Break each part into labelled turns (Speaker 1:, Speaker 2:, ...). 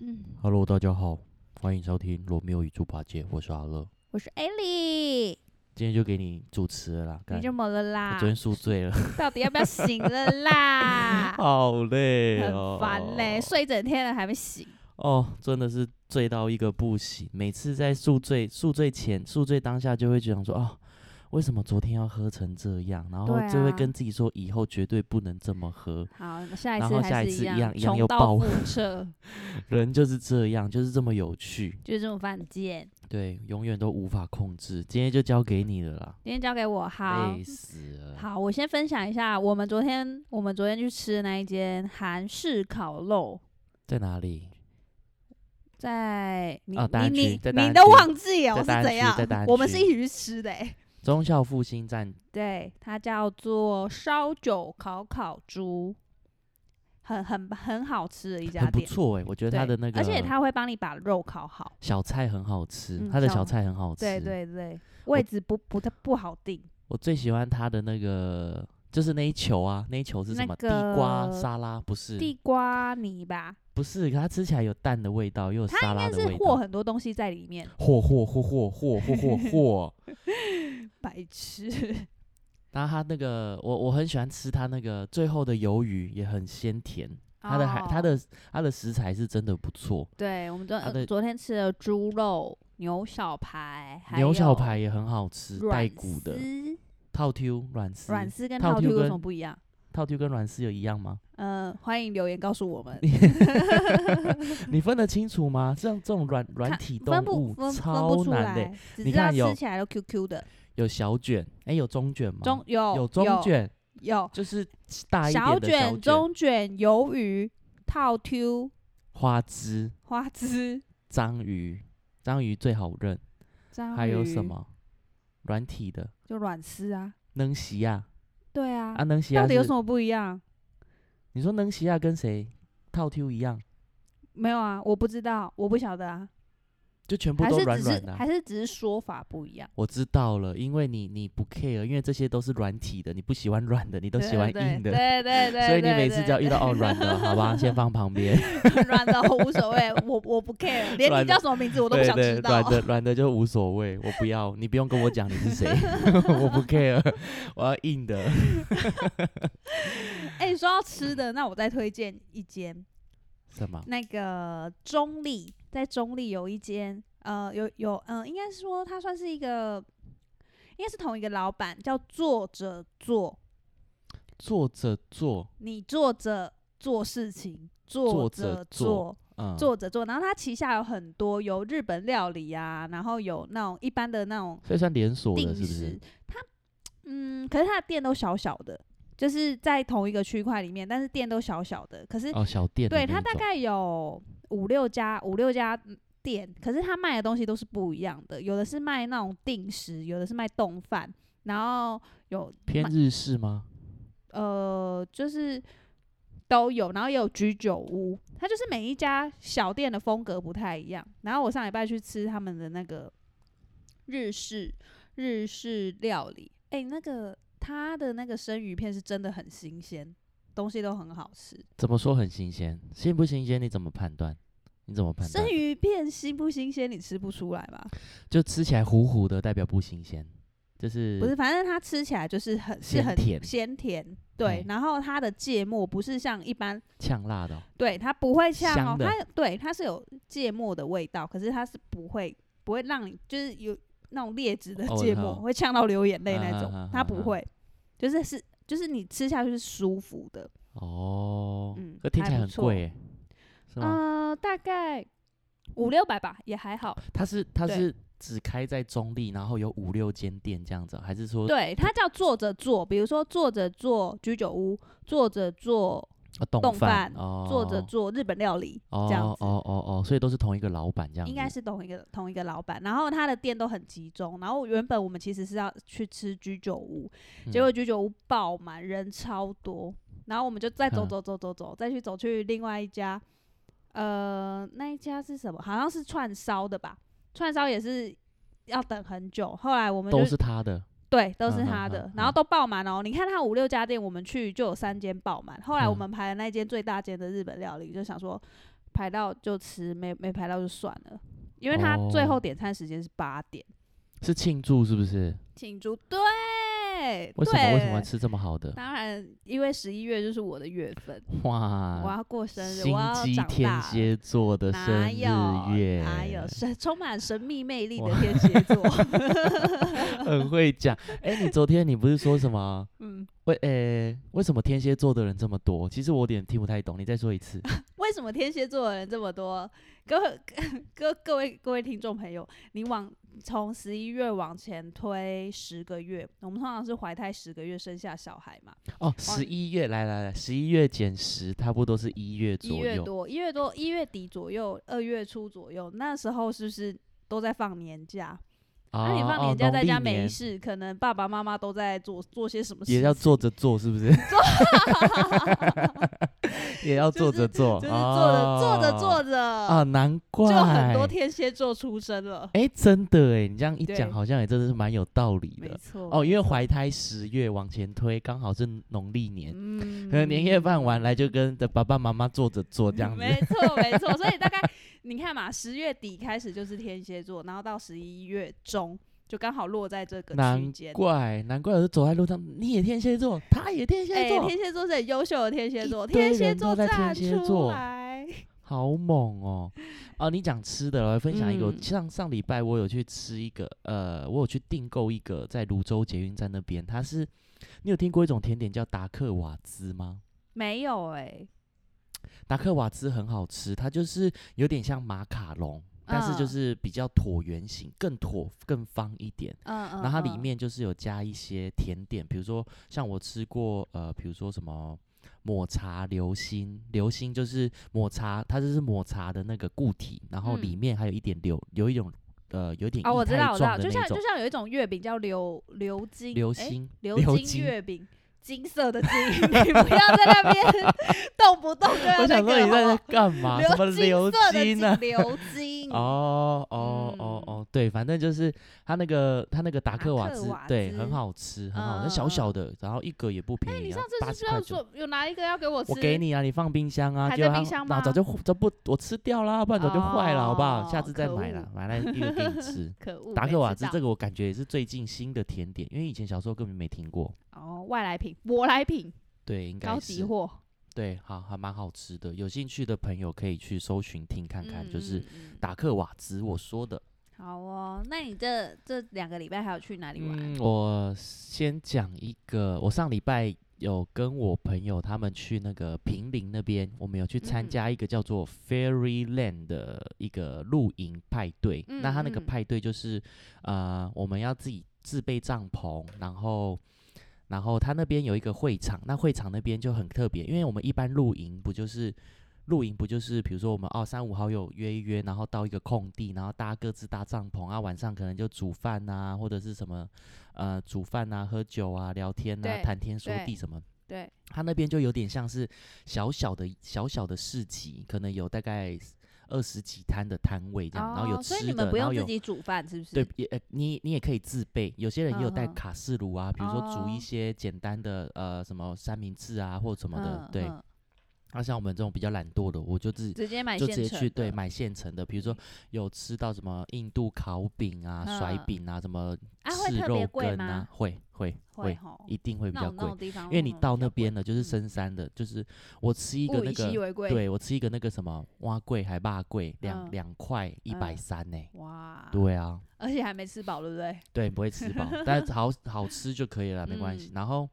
Speaker 1: 嗯，
Speaker 2: Hello，大家好，欢迎收听《罗密欧与猪八戒》，我是阿乐，
Speaker 1: 我是艾莉，
Speaker 2: 今天就给你主持了啦。
Speaker 1: 你
Speaker 2: 干
Speaker 1: 怎么了
Speaker 2: 我
Speaker 1: 啦
Speaker 2: 昨？天宿醉 了，
Speaker 1: 到底要不要醒了啦？
Speaker 2: 好累哦，
Speaker 1: 啊很烦嘞、睡一整天了还没醒。
Speaker 2: 哦，真的是醉到一个不行。每次在宿醉、宿醉前、宿醉当下，就会觉得说啊。为什么昨天要喝成这样？然后
Speaker 1: 对
Speaker 2: 就会
Speaker 1: 啊
Speaker 2: 跟自己说，以后绝对不能这么喝。
Speaker 1: 好，下一
Speaker 2: 然
Speaker 1: 次
Speaker 2: 后下
Speaker 1: 还
Speaker 2: 一
Speaker 1: 是
Speaker 2: 次一样
Speaker 1: 样，
Speaker 2: 一样
Speaker 1: 重
Speaker 2: 又
Speaker 1: 蹈
Speaker 2: 爆
Speaker 1: 覆辙，
Speaker 2: 人就是这样，就是这么有趣。
Speaker 1: 就是这种犯贱。
Speaker 2: 对，永远都无法控制。今天就交给你了
Speaker 1: 今天交给我，
Speaker 2: 啦，
Speaker 1: 好
Speaker 2: 累死了。
Speaker 1: 好，我先分享一下我们昨天我们昨天去吃的那一间韩式烤肉。
Speaker 2: 在哪里？
Speaker 1: 在你、
Speaker 2: 啊大安
Speaker 1: 你
Speaker 2: 区
Speaker 1: 你
Speaker 2: 在大
Speaker 1: 你
Speaker 2: 安
Speaker 1: 都
Speaker 2: 区
Speaker 1: 忘记了
Speaker 2: 在
Speaker 1: 是
Speaker 2: 大安
Speaker 1: 怎
Speaker 2: 区
Speaker 1: 样
Speaker 2: 在大？安
Speaker 1: 我们
Speaker 2: 区
Speaker 1: 是一起去吃的、欸，
Speaker 2: 忠孝复兴站
Speaker 1: 对，它叫做烧酒烤烤猪，很很很好吃的一家
Speaker 2: 很不
Speaker 1: 店。
Speaker 2: 错哎、我觉得它
Speaker 1: 对
Speaker 2: 的那个，
Speaker 1: 而且它会帮你把肉烤好。
Speaker 2: 小菜很好吃，
Speaker 1: 嗯
Speaker 2: 它的小
Speaker 1: 小
Speaker 2: 菜很好吃。
Speaker 1: 对，对对，位置不不太不好定。
Speaker 2: 我最喜欢它的那个就是那一球啊，那一球是什
Speaker 1: 那
Speaker 2: 么？地瓜
Speaker 1: 个
Speaker 2: 沙拉不是？
Speaker 1: 地瓜泥吧，
Speaker 2: 不是，可它吃起来有蛋的味道，又有沙拉
Speaker 1: 但
Speaker 2: 的
Speaker 1: 是
Speaker 2: 味
Speaker 1: 和
Speaker 2: 道。
Speaker 1: 很多东西在里面，
Speaker 2: 嚯嚯嚯嚯嚯嚯 嚯嚯！
Speaker 1: 白痴。
Speaker 2: 然后它那个，我我很喜欢吃它那个最后的鱿鱼，也很鲜甜。 它的海，它
Speaker 1: 哦
Speaker 2: 的它的食材是真的不错，
Speaker 1: 对，我们昨
Speaker 2: 它的
Speaker 1: 昨天吃了猪肉、牛小排，还
Speaker 2: 牛小
Speaker 1: 有
Speaker 2: 排也很好吃，带
Speaker 1: 软
Speaker 2: 骨的
Speaker 1: 丝
Speaker 2: 套 Q 软丝，
Speaker 1: 软丝跟
Speaker 2: 套
Speaker 1: 套
Speaker 2: 丢
Speaker 1: 丢有什
Speaker 2: 跟
Speaker 1: 么不一样？
Speaker 2: 套 Q 跟软丝有一样吗？
Speaker 1: 呃，欢迎留言告诉我们。
Speaker 2: 你分得清楚吗？这样这种软软
Speaker 1: 看
Speaker 2: 体动
Speaker 1: 分不
Speaker 2: 物
Speaker 1: 分分
Speaker 2: 超
Speaker 1: 不出
Speaker 2: 难的、
Speaker 1: 来，只
Speaker 2: 你
Speaker 1: 知道
Speaker 2: 看有
Speaker 1: 吃起来都 QQ 的，
Speaker 2: 有小卷，哎、有中卷吗？
Speaker 1: 中哦有
Speaker 2: 有中卷，
Speaker 1: 有
Speaker 2: 就是大一
Speaker 1: 小
Speaker 2: 点的
Speaker 1: 卷、
Speaker 2: 卷、
Speaker 1: 中卷、鱿鱼、套 Q、
Speaker 2: 花枝、
Speaker 1: 花枝、
Speaker 2: 章鱼，章鱼最好认，
Speaker 1: 章鱼，
Speaker 2: 还有什？么软体的
Speaker 1: 就软丝啊，
Speaker 2: 能西亚
Speaker 1: 对啊，
Speaker 2: 啊，能西亚
Speaker 1: 到底有
Speaker 2: 是
Speaker 1: 什么不一样？
Speaker 2: 你说能西亚跟谁套 Q 一样，
Speaker 1: 没有啊，我不知道，我不晓得啊，
Speaker 2: 就全部
Speaker 1: 还
Speaker 2: 都
Speaker 1: 是
Speaker 2: 软
Speaker 1: 只
Speaker 2: 软
Speaker 1: 是
Speaker 2: 的啊、
Speaker 1: 还是只是说法不一样，
Speaker 2: 我知道了，因为你你不 care，因为这些都是软体的，你不喜欢软的，你都
Speaker 1: 对
Speaker 2: 喜欢
Speaker 1: 对对
Speaker 2: 硬的，
Speaker 1: 对对对，
Speaker 2: 所以你
Speaker 1: 对
Speaker 2: 每次
Speaker 1: 对
Speaker 2: 只要遇到
Speaker 1: 对
Speaker 2: 哦软的，好吧，先放旁边。
Speaker 1: 软的我无所谓，我我不 care，连
Speaker 2: 软
Speaker 1: 你
Speaker 2: 的
Speaker 1: 叫什么名字我都不
Speaker 2: 对
Speaker 1: 想
Speaker 2: 对，
Speaker 1: 知道
Speaker 2: 软。的软的就无所谓，我不要，你不用跟我讲你是谁，我不 care，我要硬的。
Speaker 1: 哎、你说到吃的，那我再推荐一间，
Speaker 2: 什么？
Speaker 1: 那个中立，在中立有一间，呃，有有，嗯、应该是说它算是一个，应该是同一个老板，叫坐着做，
Speaker 2: 坐着做，
Speaker 1: 你坐着做事情，坐
Speaker 2: 坐着
Speaker 1: 着
Speaker 2: 做
Speaker 1: 做，
Speaker 2: 嗯，
Speaker 1: 坐着做，然后它旗下有很多有日本料理啊，然后有那种一般的那种
Speaker 2: 所以算连锁的，
Speaker 1: 定
Speaker 2: 是不
Speaker 1: 时，
Speaker 2: 是？
Speaker 1: 它嗯，可是它的店都小小的，就是在同一个区块里面，但是店都小小的，可是
Speaker 2: 哦，小店的
Speaker 1: 对，
Speaker 2: 那
Speaker 1: 它大
Speaker 2: 种
Speaker 1: 概有五六家五六家嗯店，可是它卖的东西都是不一样的，有的是卖那种定时，有的是卖冻饭，然后有
Speaker 2: 偏
Speaker 1: 卖
Speaker 2: 日式吗？
Speaker 1: 呃就是都有，然后也有居酒屋，它就是每一家小店的风格不太一样。然后我上礼拜去吃他们的那个日式日式料理，哎、那个它的那个生鱼片是真的很新鲜，东西都很好吃。
Speaker 2: 怎么说很新鲜？新不新鲜？你怎么判断？你怎么判断
Speaker 1: 生？鱼片新不新鲜，你吃不出来吧？
Speaker 2: 就吃起来糊糊的，代表不新鲜，就是
Speaker 1: 不是，反正它吃起来就是很是
Speaker 2: 鲜
Speaker 1: 很
Speaker 2: 甜嗯
Speaker 1: 鲜甜，对
Speaker 2: 嘿。然
Speaker 1: 然后它的芥末不是像一般，
Speaker 2: 呛辣的哦、
Speaker 1: 对它不会
Speaker 2: 香
Speaker 1: 像哦，
Speaker 2: 的
Speaker 1: 它对它是有芥末的味道，可是它是不会不会让你就是有那种劣质的
Speaker 2: 哦我
Speaker 1: 芥
Speaker 2: 知
Speaker 1: 末
Speaker 2: 道
Speaker 1: 会呛到流眼泪那
Speaker 2: 啊啊啊
Speaker 1: 种
Speaker 2: 啊，
Speaker 1: 它不
Speaker 2: 啊
Speaker 1: 会，就是是就是你吃下去是舒服的，
Speaker 2: 哦，
Speaker 1: 嗯
Speaker 2: 可听起
Speaker 1: 还
Speaker 2: 来
Speaker 1: 不
Speaker 2: 很
Speaker 1: 错
Speaker 2: 贵、欸，是吗？
Speaker 1: 呃，大概五六百吧，也还好。
Speaker 2: 它是它
Speaker 1: 对
Speaker 2: 是只开在中立，然后有五六间店这样子哦，还是说
Speaker 1: 对，它叫坐着做，比如说坐着做居酒屋，坐着做
Speaker 2: 啊冻
Speaker 1: 冻饭
Speaker 2: 饭哦，
Speaker 1: 坐着做日本料理，
Speaker 2: 哦
Speaker 1: 这样子
Speaker 2: 哦哦哦，所以都是同一个老板这样子，
Speaker 1: 应该是同一个同一个老板。然后他的店都很集中。然后原本我们其实是要去吃居酒屋，结
Speaker 2: 嗯
Speaker 1: 果居酒屋爆满，人超多。然后我们就再走
Speaker 2: 嗯
Speaker 1: 走走走走，再去走去另外一家，呃，那一家是什么？好像是串烧的吧？串烧也是要等很久。后来我们就
Speaker 2: 都是他的
Speaker 1: 对，都是
Speaker 2: 嗯
Speaker 1: 他
Speaker 2: 嗯
Speaker 1: 的
Speaker 2: 嗯，
Speaker 1: 然后
Speaker 2: 嗯
Speaker 1: 都爆满哦。你看他五六家店，我们去就有三间爆满。后来我
Speaker 2: 嗯
Speaker 1: 们排的那间最大间的日本料理，就想说排到就吃，没没排到就算了，因为他最后
Speaker 2: 哦
Speaker 1: 点餐时间是八点。
Speaker 2: 是庆祝是不是？
Speaker 1: 庆祝对，
Speaker 2: 为什么为什么要
Speaker 1: 对
Speaker 2: 吃这么好的？
Speaker 1: 当然，因为十一月就是我的月份，我
Speaker 2: 哇，
Speaker 1: 要过生日，
Speaker 2: 啊心
Speaker 1: 我要
Speaker 2: 机
Speaker 1: 长
Speaker 2: 天
Speaker 1: 大了。
Speaker 2: 蝎座的生
Speaker 1: 哪有
Speaker 2: 日月，
Speaker 1: 哪有 神充满神秘魅力的
Speaker 2: 哇
Speaker 1: 天蝎座？
Speaker 2: 很会讲。哎、你昨天你不是说什么？
Speaker 1: 嗯，
Speaker 2: 为诶、为什么天蝎座的人这么多？其实我有点听不太懂，你再说一次。
Speaker 1: 为什么天蝎座的人这么多？各位 各各位各位听众朋友，你往从十一月往前推十个月，我们通常是怀胎十个月生下小孩嘛，
Speaker 2: 哦，十一月，来来来，十一月减十，差不多是一月
Speaker 1: 一
Speaker 2: 左
Speaker 1: 月
Speaker 2: 右。哦
Speaker 1: 多一月多一月底左右，二月初左右，那时候是不是都在放年假？那、
Speaker 2: 啊，
Speaker 1: 你放
Speaker 2: 哦
Speaker 1: 年假在家
Speaker 2: 农历
Speaker 1: 没
Speaker 2: 年啊
Speaker 1: 事，可能爸爸妈妈都在做做些什么事情，
Speaker 2: 也要坐着做，是不是？ 也要坐着做，
Speaker 1: 就是坐着、
Speaker 2: 哦
Speaker 1: 坐着坐着、
Speaker 2: 啊，难怪
Speaker 1: 就很多天蝎座出生了。
Speaker 2: 哎、真的哎，你这样一
Speaker 1: 对
Speaker 2: 讲，好像也真的是蛮有道理
Speaker 1: 没
Speaker 2: 的
Speaker 1: 错
Speaker 2: 哦。因为怀胎十月往前推，刚好是农历年，
Speaker 1: 嗯
Speaker 2: 可能年夜饭完来就跟着爸爸妈妈坐着做这样子。
Speaker 1: 没错，没错。所以大概你看嘛，十月底开始就是天蝎座，然后到十一月中就刚好落在这个区
Speaker 2: 难
Speaker 1: 间。
Speaker 2: 怪，难怪有时候走在路上，你也天蝎座，他也天蝎
Speaker 1: 哎、
Speaker 2: 座，
Speaker 1: 天蝎座是很优秀的天蝎座，
Speaker 2: 一堆
Speaker 1: 天蝎
Speaker 2: 人都
Speaker 1: 座
Speaker 2: 在
Speaker 1: 站
Speaker 2: 天蝎
Speaker 1: 出
Speaker 2: 座
Speaker 1: 来。
Speaker 2: 好猛哦！哦，你讲吃的了，我来分享一个。我
Speaker 1: 嗯
Speaker 2: 上上礼拜我有去吃一个，呃，我有去订购一个在泸州捷运站那边，它是你有听过一种甜点叫达克瓦兹吗？
Speaker 1: 没有哎、
Speaker 2: 达克瓦兹很好吃，它就是有点像马卡龙，但是就
Speaker 1: 嗯
Speaker 2: 是比较椭圆形，更椭更方一点。
Speaker 1: 嗯嗯。
Speaker 2: 然后它里
Speaker 1: 嗯
Speaker 2: 面就是有加一些甜点，比如说像我吃过，呃，比如说什么抹茶流心，流心就是抹茶，它就是抹茶的那个固体，然后里
Speaker 1: 嗯
Speaker 2: 面还有一点流，有一种呃，有一点
Speaker 1: 哦，我
Speaker 2: 液
Speaker 1: 知
Speaker 2: 态
Speaker 1: 道，我知道，
Speaker 2: 状的
Speaker 1: 就像
Speaker 2: 那种
Speaker 1: 就像有一种月饼叫流流金，
Speaker 2: 流
Speaker 1: 哎
Speaker 2: 心，
Speaker 1: 流
Speaker 2: 流
Speaker 1: 金
Speaker 2: 金
Speaker 1: 月饼，金色的金，你不要在那 边动不动就要那
Speaker 2: 我想说
Speaker 1: 个
Speaker 2: 你在
Speaker 1: 好
Speaker 2: 那
Speaker 1: 不好
Speaker 2: 干嘛？什 么
Speaker 1: 流
Speaker 2: 流
Speaker 1: 金色的
Speaker 2: 金啊？
Speaker 1: 流金，
Speaker 2: 哦哦哦
Speaker 1: 嗯
Speaker 2: 哦，对，反正就是它那个它那个达
Speaker 1: 达
Speaker 2: 克瓦
Speaker 1: 克
Speaker 2: 兹，
Speaker 1: 瓦
Speaker 2: 对，
Speaker 1: 兹
Speaker 2: 很好吃，很好，那
Speaker 1: 嗯嗯
Speaker 2: 小
Speaker 1: 嗯
Speaker 2: 小的，然后一个也不便宜啊，
Speaker 1: 你上
Speaker 2: 八
Speaker 1: 次是不是
Speaker 2: 十块
Speaker 1: 要
Speaker 2: 左右。
Speaker 1: 说有拿一个要给我吃？
Speaker 2: 我给你啊，你放冰箱啊，
Speaker 1: 还
Speaker 2: 就
Speaker 1: 在
Speaker 2: 它
Speaker 1: 冰箱
Speaker 2: 那早
Speaker 1: 吗
Speaker 2: 就早不我吃掉啦，不然早就坏了，好不好？下
Speaker 1: 哦
Speaker 2: 次再
Speaker 1: 可
Speaker 2: 买
Speaker 1: 恶。
Speaker 2: 啦，买来一个给你吃
Speaker 1: 可恶，
Speaker 2: 达
Speaker 1: 没
Speaker 2: 克瓦
Speaker 1: 吃
Speaker 2: 兹
Speaker 1: 到
Speaker 2: 这个我感觉也是最近新的甜点，因为以前小时候根本没听过。
Speaker 1: 哦，外来品、舶来品、
Speaker 2: 对，应该
Speaker 1: 高级
Speaker 2: 是
Speaker 1: 货，
Speaker 2: 对，好，还蛮好吃的。有兴趣的朋友可以去搜寻听看看，
Speaker 1: 嗯
Speaker 2: 就是
Speaker 1: 嗯嗯
Speaker 2: 达克瓦兹我说的。
Speaker 1: 好哦。那你这这两个礼拜还有去哪里玩？
Speaker 2: 嗯，我先讲一个，我上礼拜有跟我朋友他们去那个平林那边，我们有去参
Speaker 1: 嗯
Speaker 2: 加一个叫做 Fairyland 的一个露营派对。那他那个
Speaker 1: 嗯嗯
Speaker 2: 派对就是，呃，我们要自己自备帐篷，然后。然后他那边有一个会场，那会场那边就很特别，因为我们一般露营不就是露营不就是，比如说我们哦三五好友约一约，然后到一个空地，然后大家各自搭帐篷啊，晚上可能就煮饭啊，或者是什么呃煮饭啊、喝酒啊、聊天啊、
Speaker 1: 对
Speaker 2: 谈天说
Speaker 1: 对
Speaker 2: 地什么。
Speaker 1: 对，
Speaker 2: 他那边就有点像是小小的小小的市集，可能有大概二十几摊的摊位这样，然后有
Speaker 1: 哦所以
Speaker 2: 吃
Speaker 1: 你们
Speaker 2: 的，
Speaker 1: 不
Speaker 2: 然后
Speaker 1: 用
Speaker 2: 有
Speaker 1: 自己煮饭，是不是？
Speaker 2: 对，也、呃、你你也可以自备，有些人也有带
Speaker 1: 嗯嗯
Speaker 2: 卡式炉啊，比如说煮
Speaker 1: 哦
Speaker 2: 一些简单的呃什么三明治啊或什么的，
Speaker 1: 嗯，
Speaker 2: 对。
Speaker 1: 嗯
Speaker 2: 那、像我们这种比较懒惰的，我就自己
Speaker 1: 直接买
Speaker 2: 就
Speaker 1: 现
Speaker 2: 直
Speaker 1: 成
Speaker 2: 接去
Speaker 1: 的
Speaker 2: 对买现成的，比如说有吃到什么印度烤饼啊、甩
Speaker 1: 嗯
Speaker 2: 饼啊、什么
Speaker 1: 啊，会
Speaker 2: 赤
Speaker 1: 特
Speaker 2: 肉
Speaker 1: 别贵
Speaker 2: 羹啊
Speaker 1: 吗？，
Speaker 2: 会会
Speaker 1: 会
Speaker 2: 会，
Speaker 1: 吼，
Speaker 2: 一定会比
Speaker 1: 那
Speaker 2: 较
Speaker 1: 种那
Speaker 2: 贵，
Speaker 1: 种地方，
Speaker 2: 因为你
Speaker 1: 嗯
Speaker 2: 到
Speaker 1: 比
Speaker 2: 那
Speaker 1: 较贵
Speaker 2: 边了，就是
Speaker 1: 嗯
Speaker 2: 深山的，就是我吃一个
Speaker 1: 物
Speaker 2: 那
Speaker 1: 以稀
Speaker 2: 个，
Speaker 1: 为贵，
Speaker 2: 对我吃一个那个什么蛙贵还霸贵，两
Speaker 1: 嗯
Speaker 2: 两块一百
Speaker 1: 嗯
Speaker 2: 三呢，
Speaker 1: 哇，，
Speaker 2: 对啊，
Speaker 1: 而且还没吃饱，对不对？
Speaker 2: 对，不会吃饱，但是好好吃就可以了，没关系。
Speaker 1: 嗯
Speaker 2: 然后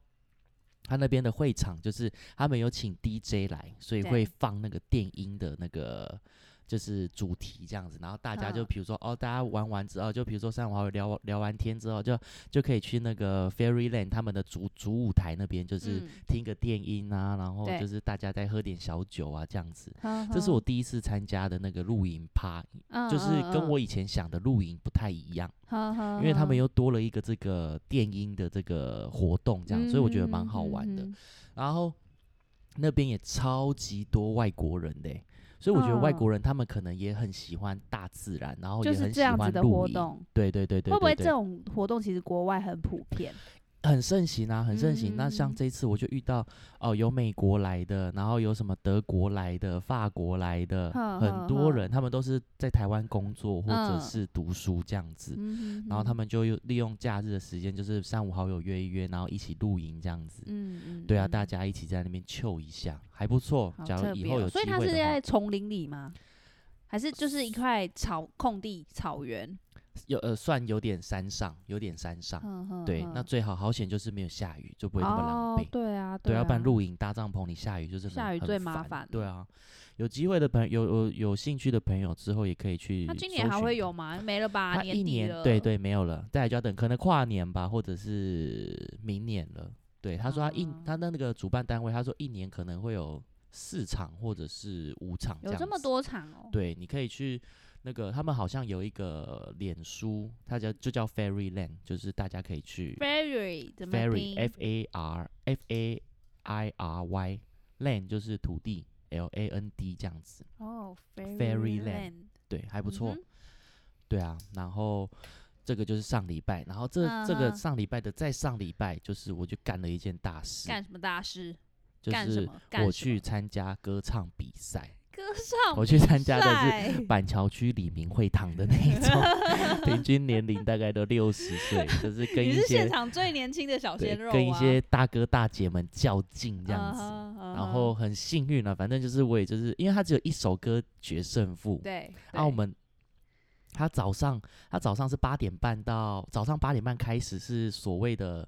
Speaker 2: 他那边的会场就是他们有请 DJ 来，所以
Speaker 1: 对
Speaker 2: 会放那个电音的那个。就是主题这样子，然后大家就
Speaker 1: 嗯
Speaker 2: 比如说、哦，大家玩完之后，就比如说三五好友聊聊完天之后，就就可以去那个 Fairyland 他们的主主舞台那边，就是
Speaker 1: 嗯
Speaker 2: 听个电音啊，然后
Speaker 1: 对嗯
Speaker 2: 就是大家再喝点小酒啊这样子。
Speaker 1: 哼嗯
Speaker 2: 这是我
Speaker 1: 哼，
Speaker 2: 第一次参加的那个露营趴，就是跟我以前想的露营不太一样。
Speaker 1: 因
Speaker 2: 因为他
Speaker 1: 嗯
Speaker 2: 们又多了一个这个电音的这个活动，这样，所以我觉得蛮好玩
Speaker 1: 嗯
Speaker 2: 的。然后那边也超级多外国人的欸、所以我觉得外国人他们可能也很喜欢大自然，然
Speaker 1: 嗯
Speaker 2: 后
Speaker 1: 就
Speaker 2: 哦也
Speaker 1: 是
Speaker 2: 很
Speaker 1: 这
Speaker 2: 喜
Speaker 1: 样子
Speaker 2: 欢
Speaker 1: 的
Speaker 2: 露
Speaker 1: 活
Speaker 2: 营。
Speaker 1: 动。
Speaker 2: 对对对对对对，
Speaker 1: 会不会这种活动其实国外很普遍？
Speaker 2: 很盛行啊，很盛行。那像
Speaker 1: 嗯
Speaker 2: 这一次我就遇到哦，有美国来的，然后有什么德国来的、法国来的，
Speaker 1: 哼
Speaker 2: 很
Speaker 1: 哼
Speaker 2: 多
Speaker 1: 哼
Speaker 2: 人他们都是在台湾工作或者
Speaker 1: 嗯
Speaker 2: 是读书这样子。
Speaker 1: 嗯
Speaker 2: 然后他，们就又利用假日的时间，就是三五好友约一约，然后一起露营这样子。
Speaker 1: 嗯嗯，
Speaker 2: 对啊，
Speaker 1: 嗯
Speaker 2: 大家一起在那边秀一下，还不错
Speaker 1: 好。
Speaker 2: 假
Speaker 1: 特
Speaker 2: 如以
Speaker 1: 别
Speaker 2: 后
Speaker 1: 哦
Speaker 2: 有机
Speaker 1: 所以它
Speaker 2: 会
Speaker 1: 是
Speaker 2: 的话
Speaker 1: 在，丛林里吗？还是就是一块草空地草原？
Speaker 2: 有呃算有点山上，有点山上。
Speaker 1: 哼哼
Speaker 2: 啊对，
Speaker 1: 哼
Speaker 2: 那最好好险就是没有下雨，就不会那么狼
Speaker 1: 嗯
Speaker 2: 狈。
Speaker 1: 哦、对啊，
Speaker 2: 对，
Speaker 1: 啊，
Speaker 2: 要不然露营搭帐篷，你下雨就真的
Speaker 1: 下雨
Speaker 2: 很
Speaker 1: 最麻
Speaker 2: 烦
Speaker 1: 烦
Speaker 2: 对啊，有机会的朋友，有有有兴趣的朋友之后也可以去。
Speaker 1: 那今年还会有？吗？没了吧？
Speaker 2: 他一
Speaker 1: 年底
Speaker 2: 年
Speaker 1: 了，
Speaker 2: 对，对没有了，再来就要等可能跨年吧，或者是明年了。对，他说他一、
Speaker 1: 哦
Speaker 2: 他的那个主办单位，他说一年可能会有四场或者是五场
Speaker 1: 有
Speaker 2: 样
Speaker 1: 这么
Speaker 2: 子。
Speaker 1: 多场哦。
Speaker 2: 对，你可以去那个他们好像有一个脸书，它叫就叫 Fairyland，就是大家可以去
Speaker 1: Fairy 怎么
Speaker 2: Fairy
Speaker 1: 拼
Speaker 2: F A R F A I R Y land 就是土地 L A N D 这样子，
Speaker 1: 哦
Speaker 2: Fairyland
Speaker 1: ，Fairyland
Speaker 2: 对，还不
Speaker 1: 嗯
Speaker 2: 错，
Speaker 1: 哼
Speaker 2: 对啊，然后。这个就是上礼拜，然后这、这
Speaker 1: 嗯
Speaker 2: 个
Speaker 1: 哼
Speaker 2: 上礼拜的再上礼拜，就是我就干了一件大事，
Speaker 1: 干什么大事？
Speaker 2: 就
Speaker 1: 干什
Speaker 2: 是
Speaker 1: 么？干
Speaker 2: 我
Speaker 1: 什
Speaker 2: 去
Speaker 1: 么哦
Speaker 2: 参加歌唱比赛，
Speaker 1: 歌唱，
Speaker 2: 我去参加的是
Speaker 1: 是
Speaker 2: 板桥区李明会堂的那一 种，平均年龄大概都六十岁，就是跟
Speaker 1: 你
Speaker 2: 一
Speaker 1: 是现
Speaker 2: 些
Speaker 1: 场最年轻的小
Speaker 2: 对
Speaker 1: 鲜肉啊，
Speaker 2: 跟一些大哥大姐们较劲这样子。
Speaker 1: 嗯哼
Speaker 2: 然后很幸运啊，反正就是我也就是因为他只有一首歌决胜负，
Speaker 1: 对，
Speaker 2: 啊，我
Speaker 1: 对
Speaker 2: 们他早上他早上是八点半到早上八点半开始是所谓的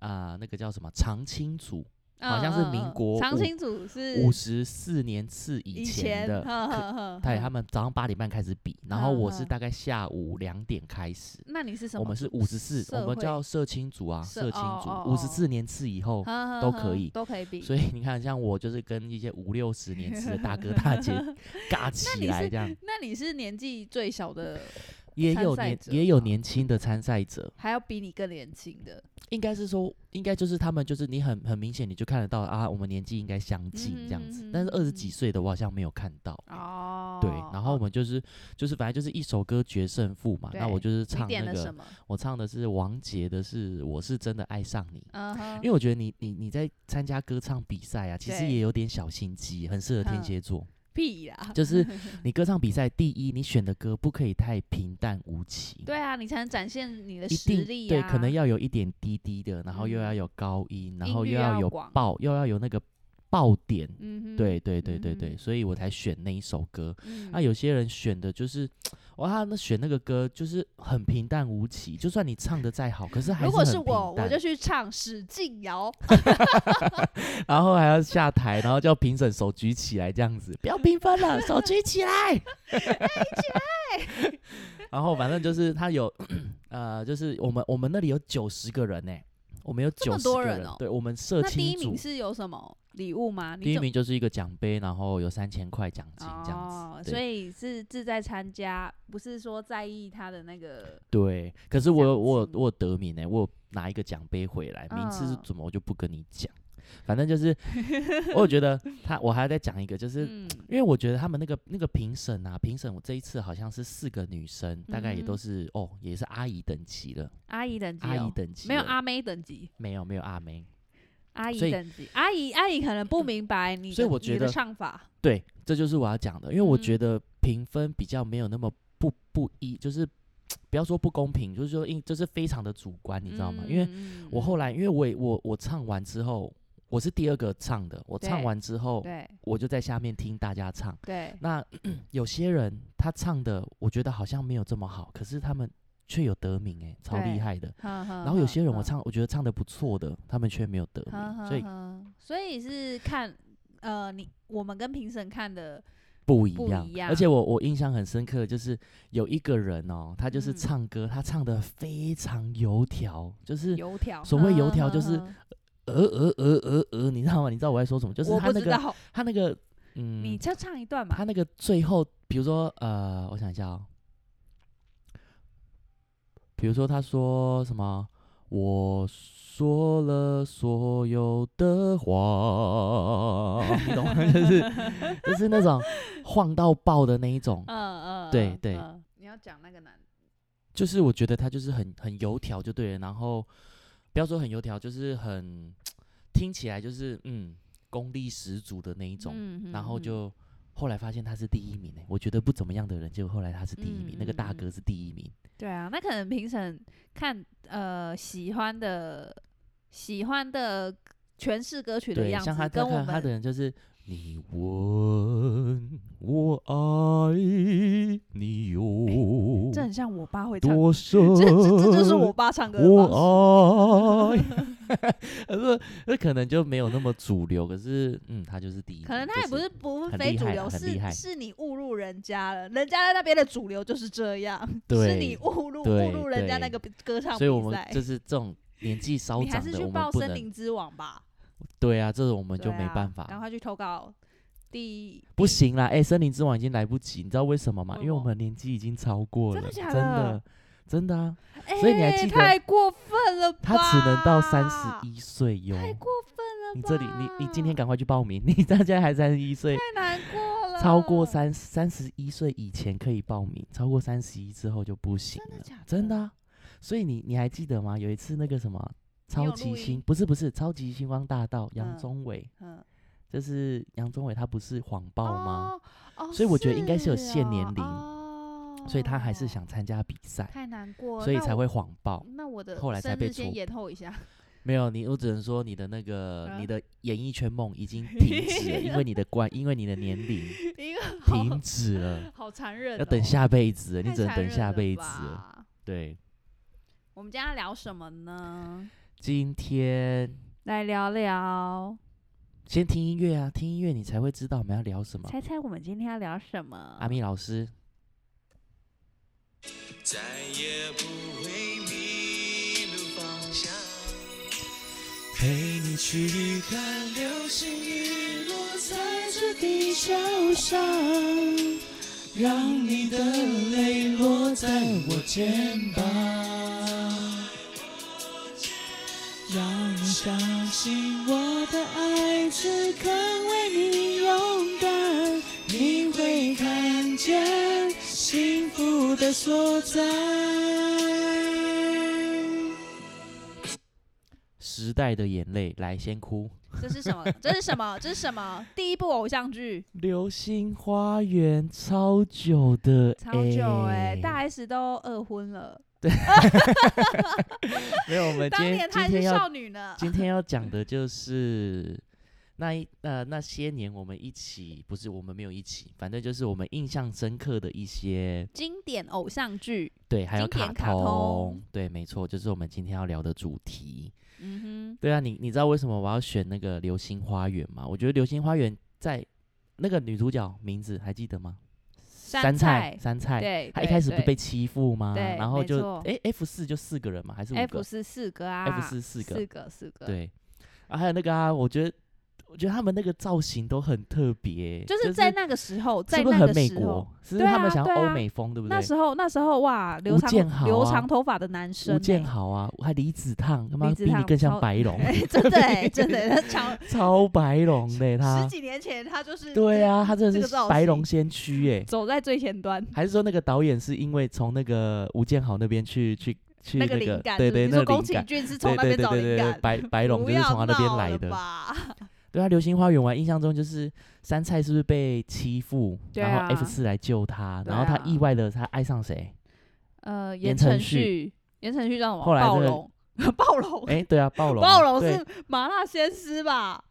Speaker 2: 啊、那个叫什么常青组，好像是民
Speaker 1: 嗯嗯嗯
Speaker 2: 国
Speaker 1: 长
Speaker 2: 五
Speaker 1: 青组是
Speaker 2: 五十四年次以
Speaker 1: 嗯以
Speaker 2: 前的，
Speaker 1: 呵
Speaker 2: 可
Speaker 1: 呵呵
Speaker 2: 对，他
Speaker 1: 呵
Speaker 2: 们早上八点半开始比，然后我
Speaker 1: 嗯
Speaker 2: 是
Speaker 1: 嗯
Speaker 2: 大概下午两点开始。
Speaker 1: 那你是什么？
Speaker 2: 我们是五十四，
Speaker 1: 社
Speaker 2: 我们
Speaker 1: 会
Speaker 2: 叫社青组啊，
Speaker 1: 社
Speaker 2: 社青
Speaker 1: 哦
Speaker 2: 组
Speaker 1: 哦，
Speaker 2: 五十
Speaker 1: 哦
Speaker 2: 四年次以后，
Speaker 1: 呵呵
Speaker 2: 都
Speaker 1: 呵
Speaker 2: 可以
Speaker 1: 都可以比。
Speaker 2: 所以你看，像我就是跟一些五六十年次的大哥大姐尬起
Speaker 1: 你
Speaker 2: 来
Speaker 1: 是
Speaker 2: 这样，
Speaker 1: 那你是年纪最小的，
Speaker 2: 也
Speaker 1: 参
Speaker 2: 有
Speaker 1: 赛
Speaker 2: 年
Speaker 1: 者
Speaker 2: 也有
Speaker 1: 吗
Speaker 2: 年轻的参赛者，
Speaker 1: 还要比你更年轻的，
Speaker 2: 应该是说，应该就是他们就是你很很明显你就看得到啊，我们年纪应该相近这样子，但是
Speaker 1: 嗯哼
Speaker 2: 二十
Speaker 1: 嗯
Speaker 2: 几岁的我好像没有看到。
Speaker 1: 哦，
Speaker 2: 对，然后我们就是就是反正就是一首歌决胜负嘛，那
Speaker 1: 对
Speaker 2: 我就是
Speaker 1: 你
Speaker 2: 唱
Speaker 1: 点
Speaker 2: 那
Speaker 1: 了
Speaker 2: 个
Speaker 1: 什么？
Speaker 2: 我唱的是王杰的是《我是真的爱上你》，
Speaker 1: 嗯哼，
Speaker 2: 因为我觉得你你你在参加歌唱比赛啊，其实
Speaker 1: 对
Speaker 2: 也有点小心机，很适合天
Speaker 1: 嗯
Speaker 2: 蝎 座。
Speaker 1: 屁啦，
Speaker 2: 就是 你歌唱比赛，第一你选的歌不可以太平淡无奇，
Speaker 1: 对，啊，你才能展现你的
Speaker 2: 一
Speaker 1: 实
Speaker 2: 定
Speaker 1: 力、啊、
Speaker 2: 对，可能要有一点低低的，然后又要
Speaker 1: 嗯
Speaker 2: 有高音，然
Speaker 1: 音
Speaker 2: 后
Speaker 1: 域
Speaker 2: 又要
Speaker 1: 要
Speaker 2: 有
Speaker 1: 广
Speaker 2: 爆，又要有那个爆点。
Speaker 1: 嗯哼，
Speaker 2: 对啊对对对
Speaker 1: 嗯
Speaker 2: 对，
Speaker 1: 哼
Speaker 2: 所以我才选那一首歌。
Speaker 1: 嗯，
Speaker 2: 那有些人选的就是，哇，他那选那个歌就是很平淡无奇，就算你唱的再好，可是还
Speaker 1: 如果
Speaker 2: 是
Speaker 1: 是
Speaker 2: 很平
Speaker 1: 我，我
Speaker 2: 淡
Speaker 1: 就去唱史劲尧，
Speaker 2: 然后还要下台，然后叫评审手举起来这样子，不要评分了，手举起来，
Speaker 1: 哎
Speaker 2: 起来。然后反正就是他有，呃，就是我们我们那里有九十个人呢、我们有
Speaker 1: 这么
Speaker 2: 九十
Speaker 1: 多
Speaker 2: 个
Speaker 1: 人
Speaker 2: 人，
Speaker 1: 哦
Speaker 2: 对我们社
Speaker 1: 那第
Speaker 2: 青
Speaker 1: 一名
Speaker 2: 组。
Speaker 1: 是有什么礼物吗？你
Speaker 2: 第一
Speaker 1: 怎
Speaker 2: 名就是一个奖杯，然后有三千块奖金这样子。
Speaker 1: 哦，
Speaker 2: 对
Speaker 1: 所以是志在参加，不是说在意他的那个
Speaker 2: 对，可是我有
Speaker 1: 奖
Speaker 2: 我有
Speaker 1: 金
Speaker 2: 我有得名呢、我有拿一个奖杯回来，名次是
Speaker 1: 嗯
Speaker 2: 怎么我就不跟你讲，反正就是， 我有觉得他，我还要再讲一个，就是、
Speaker 1: 嗯
Speaker 2: 因为我觉得他们那个那个评审啊，评审我这一次好像是四个女生，大概也
Speaker 1: 嗯
Speaker 2: 都
Speaker 1: 哼
Speaker 2: 是哦，也是阿姨等级了，
Speaker 1: 阿姨等级、哦，
Speaker 2: 阿姨等级
Speaker 1: 没有
Speaker 2: 了
Speaker 1: 阿妹等级，
Speaker 2: 没有没有阿梅，
Speaker 1: 阿姨
Speaker 2: 所以呃
Speaker 1: 等级，阿姨阿姨可能不明白你的，
Speaker 2: 所以我觉
Speaker 1: 你的
Speaker 2: 得
Speaker 1: 唱法，
Speaker 2: 对，这就是我要讲的，因为我觉
Speaker 1: 嗯
Speaker 2: 得评分比较没有那么不不一，就是不要说不公平，就是说因就是非常的主观，
Speaker 1: 嗯
Speaker 2: 你知道吗？因为
Speaker 1: 为
Speaker 2: 我后来因为我也我我唱完之后，我是第二个唱的，我唱
Speaker 1: 对
Speaker 2: 完之后
Speaker 1: 嗯对
Speaker 2: 我就在下面听大家唱。
Speaker 1: 对
Speaker 2: 那有些人他唱的，我觉得好像没有这么好，可是他们却有得名、欸，超厉
Speaker 1: 对嗯
Speaker 2: 害的。
Speaker 1: 然
Speaker 2: 然后有些人我，唱，我觉得唱的不错的，他们却没有得
Speaker 1: 哼哼哼
Speaker 2: 名，所以
Speaker 1: 哼所以是看呃你我们跟评审看的，
Speaker 2: 不一
Speaker 1: 不
Speaker 2: 样
Speaker 1: 一。
Speaker 2: 而
Speaker 1: 样
Speaker 2: 且我我印象很深刻的就是有一个人哦，他就是
Speaker 1: 嗯
Speaker 2: 唱歌，他唱的非常油条，就是
Speaker 1: 油条，
Speaker 2: 所谓油
Speaker 1: 哼
Speaker 2: 条
Speaker 1: 哼
Speaker 2: 就是
Speaker 1: 哼
Speaker 2: 呃呃呃呃呃，你知道吗？你知道我在说什么？就是
Speaker 1: 我
Speaker 2: 他
Speaker 1: 不
Speaker 2: 那
Speaker 1: 知
Speaker 2: 个
Speaker 1: 道，
Speaker 2: 他那个
Speaker 1: 你
Speaker 2: 嗯，
Speaker 1: 就唱一段嘛
Speaker 2: 他，那个最后，比如说呃，我想一下哦，比如说他说什么，我说了所有的话，你懂吗？就是就是那种晃到爆的那一种，
Speaker 1: 嗯嗯，
Speaker 2: 对
Speaker 1: 嗯
Speaker 2: 对，
Speaker 1: 嗯你要讲那个男的，
Speaker 2: 就是我觉得他就是很很油条就对了，然后不要说很油条，就是很听起来就是嗯功力十足的那一种。
Speaker 1: 嗯
Speaker 2: 然后
Speaker 1: 嗯
Speaker 2: 就后来发现他是第一名诶、我觉得不怎么样的人，就后来他是第一名，那个
Speaker 1: 嗯嗯
Speaker 2: 大
Speaker 1: 嗯
Speaker 2: 哥是第一名。
Speaker 1: 对啊，那可能评审看呃喜欢的喜欢的诠释歌曲的
Speaker 2: 对，
Speaker 1: 样子
Speaker 2: 像他，
Speaker 1: 跟我
Speaker 2: 看他的
Speaker 1: 们
Speaker 2: 人就是你问我爱你有
Speaker 1: 哎这很像我爸会唱，
Speaker 2: 多深，
Speaker 1: 这这这就是我爸唱歌
Speaker 2: 哦
Speaker 1: 的方式。
Speaker 2: 我爱。可是那可能就没有那么主流，可是嗯，他就是第一名。
Speaker 1: 可能他
Speaker 2: 就
Speaker 1: 也不是不
Speaker 2: 很
Speaker 1: 非
Speaker 2: 厉
Speaker 1: 主
Speaker 2: 害啦
Speaker 1: 流，
Speaker 2: 很厉
Speaker 1: 是
Speaker 2: 害
Speaker 1: 是你误入人家了，人家在那边的主流就是这样，是
Speaker 2: 对
Speaker 1: 你误入误
Speaker 2: 对
Speaker 1: 入人家那
Speaker 2: 对
Speaker 1: 个比歌唱
Speaker 2: 所以我
Speaker 1: 比
Speaker 2: 们
Speaker 1: 赛
Speaker 2: 就。是这种年纪稍
Speaker 1: 你还
Speaker 2: 长
Speaker 1: 是
Speaker 2: 的，
Speaker 1: 去
Speaker 2: 我
Speaker 1: 报
Speaker 2: 们
Speaker 1: 《
Speaker 2: 不
Speaker 1: 森
Speaker 2: 能
Speaker 1: 林之王》吧，
Speaker 2: 对啊，这种我们
Speaker 1: 对
Speaker 2: 就没
Speaker 1: 啊
Speaker 2: 办法，
Speaker 1: 赶快去投稿第
Speaker 2: 不行啦！哎、森林之王已经来不及，你知道为什么吗？
Speaker 1: 为
Speaker 2: 因为我
Speaker 1: 什么
Speaker 2: 们年纪已经超过了，
Speaker 1: 真的假
Speaker 2: 真
Speaker 1: 的
Speaker 2: 的真的啊，
Speaker 1: 哎，
Speaker 2: 所以你还记得
Speaker 1: 太过分了吧？
Speaker 2: 他只能到三十，一岁哟。
Speaker 1: 太过分了吧！
Speaker 2: 你这里，你你今天赶快去报名， 你大家还三十一岁，
Speaker 1: 太难过了，
Speaker 2: 超过，三三十一岁以前可以报名，超过三十一之后就不行
Speaker 1: 真的
Speaker 2: 了，
Speaker 1: 假的
Speaker 2: 真的啊、所以你你还记得吗？有一次那个什么
Speaker 1: 有
Speaker 2: 超
Speaker 1: 录
Speaker 2: 级
Speaker 1: 音
Speaker 2: 星，不是不是超级星光大道，
Speaker 1: 嗯
Speaker 2: 杨宗纬、
Speaker 1: 嗯，
Speaker 2: 就是杨宗纬，他不是谎报吗？
Speaker 1: 哦？哦，
Speaker 2: 所以我觉得应该是有限年龄
Speaker 1: 哦
Speaker 2: 所以他还是，想参加比赛，
Speaker 1: 太难过了，
Speaker 2: 所以
Speaker 1: 那
Speaker 2: 才
Speaker 1: 我。
Speaker 2: 会谎报。
Speaker 1: 那我的
Speaker 2: 后来才
Speaker 1: 生
Speaker 2: 被
Speaker 1: 日先
Speaker 2: 戳
Speaker 1: 延后一下，
Speaker 2: 没有你，我只能说你的那个、
Speaker 1: 啊
Speaker 2: 你的演艺圈梦已 经停止了，因为你的关，因为你的年龄
Speaker 1: 一个 好
Speaker 2: 停止了，
Speaker 1: 好残忍哦、
Speaker 2: 要等下辈子了，
Speaker 1: 太
Speaker 2: 你只能
Speaker 1: 残
Speaker 2: 等
Speaker 1: 忍
Speaker 2: 下
Speaker 1: 了
Speaker 2: 辈子了。
Speaker 1: 吧
Speaker 2: 对，
Speaker 1: 我们今天要聊什么呢？
Speaker 2: 今天
Speaker 1: 来聊聊，
Speaker 2: 先听音乐啊，听音乐你才会知道我们要聊什么。
Speaker 1: 猜猜我们今天要聊什么？
Speaker 2: 阿咪老师，
Speaker 3: 再也不会迷路方向，陪你去看流星雨落在这地球上，让你的泪落在我肩膀，让你相信我的爱只肯为你勇敢。你会看见幸福的所在。
Speaker 2: 时代的眼泪，来先哭。
Speaker 1: 这是什么？这是什么？这是什么？第一部偶像剧，
Speaker 2: 流星花园超久的，
Speaker 1: 超久哎、大 S 都二婚了，
Speaker 2: 没有，我呃们今
Speaker 1: 当
Speaker 2: 天
Speaker 1: 年她还
Speaker 2: 今
Speaker 1: 是
Speaker 2: 天要
Speaker 1: 少女呢。
Speaker 2: 今天要讲的就是那一呃那些年我们一起，不是我们没有一起，反正就是我们印象深刻的一些
Speaker 1: 经典偶像剧，
Speaker 2: 对，还有
Speaker 1: 经典
Speaker 2: 卡
Speaker 1: 卡通
Speaker 2: 对，没错，就是我们今天要聊的主题。
Speaker 1: 嗯
Speaker 2: 对啊，你你知道为什么我要选那个《流星花园》吗？我觉得《流星花园》在那个女主角名字还记得吗？
Speaker 1: 杉
Speaker 2: 杉
Speaker 1: 菜
Speaker 2: 杉
Speaker 1: 哼，
Speaker 2: 菜，
Speaker 1: 对，
Speaker 2: 她一
Speaker 1: 对
Speaker 2: 开始不是
Speaker 1: 对
Speaker 2: 被欺负吗？
Speaker 1: 对
Speaker 2: 然后
Speaker 1: 没
Speaker 2: 就
Speaker 1: 错
Speaker 2: 哎 F 四就四个人嘛，还是五
Speaker 1: F
Speaker 2: 个？
Speaker 1: 四四个啊
Speaker 2: F 四四个
Speaker 1: 四个四个，，
Speaker 2: 对，啊，还有那个啊，我觉得，我觉得他们那个造型都很特别，
Speaker 1: 就是在那个时候，在
Speaker 2: 是不是
Speaker 1: 那
Speaker 2: 很
Speaker 1: 个
Speaker 2: 美
Speaker 1: 时候
Speaker 2: 国，？是不
Speaker 1: 对
Speaker 2: 是他们
Speaker 1: 啊
Speaker 2: 想要
Speaker 1: 对
Speaker 2: 欧
Speaker 1: 啊
Speaker 2: 美风，对不对？
Speaker 1: 那时候那时候哇，留
Speaker 2: 吴
Speaker 1: 长
Speaker 2: 建豪
Speaker 1: 留
Speaker 2: 啊
Speaker 1: 长头发的男生、
Speaker 2: 吴建
Speaker 1: 欸，
Speaker 2: 豪啊，还离子烫，他妈
Speaker 1: 离子
Speaker 2: 比你
Speaker 1: 烫
Speaker 2: 更
Speaker 1: 超
Speaker 2: 像白龙，
Speaker 1: 哎 真的、 欸、真的、他长
Speaker 2: 超白龙
Speaker 1: 十
Speaker 2: 的他，
Speaker 1: 几年前他就是
Speaker 2: 对
Speaker 1: 呀，
Speaker 2: 啊，他真
Speaker 1: 这个
Speaker 2: 的是
Speaker 1: 造
Speaker 2: 白
Speaker 1: 型
Speaker 2: 龙先 驱哎，
Speaker 1: 走在最前端。
Speaker 2: 还是说那个导演是因为从那个吴建豪那边去去去
Speaker 1: 那
Speaker 2: 那
Speaker 1: 个灵
Speaker 2: 个
Speaker 1: 感
Speaker 2: 对
Speaker 1: 是不是
Speaker 2: 对
Speaker 1: 你
Speaker 2: 那
Speaker 1: 说
Speaker 2: 个
Speaker 1: 宫
Speaker 2: 灵
Speaker 1: 崎
Speaker 2: 感，
Speaker 1: 骏是从
Speaker 2: 对
Speaker 1: 那
Speaker 2: 对
Speaker 1: 边
Speaker 2: 对
Speaker 1: 找灵
Speaker 2: 对对
Speaker 1: 感，，
Speaker 2: 白白龙
Speaker 1: 不
Speaker 2: 就是
Speaker 1: 要
Speaker 2: 从他那边
Speaker 1: 闹
Speaker 2: 来
Speaker 1: 了
Speaker 2: 的。
Speaker 1: 吧？
Speaker 2: 对啊，流星花园，我还印象中就是杉菜是不是被欺负，
Speaker 1: 对
Speaker 2: 然
Speaker 1: 啊
Speaker 2: 后 F 四来救他，
Speaker 1: 对
Speaker 2: 然后他
Speaker 1: 啊
Speaker 2: 意外的他爱上谁？
Speaker 1: 呃，言
Speaker 2: 言
Speaker 1: 承
Speaker 2: 承
Speaker 1: 旭，言承旭叫什么？
Speaker 2: 后来
Speaker 1: 暴
Speaker 2: 这个
Speaker 1: 龙， 暴龙，
Speaker 2: 哎、对啊，暴龙，
Speaker 1: 暴龙
Speaker 2: 对
Speaker 1: 是麻辣鲜师吧？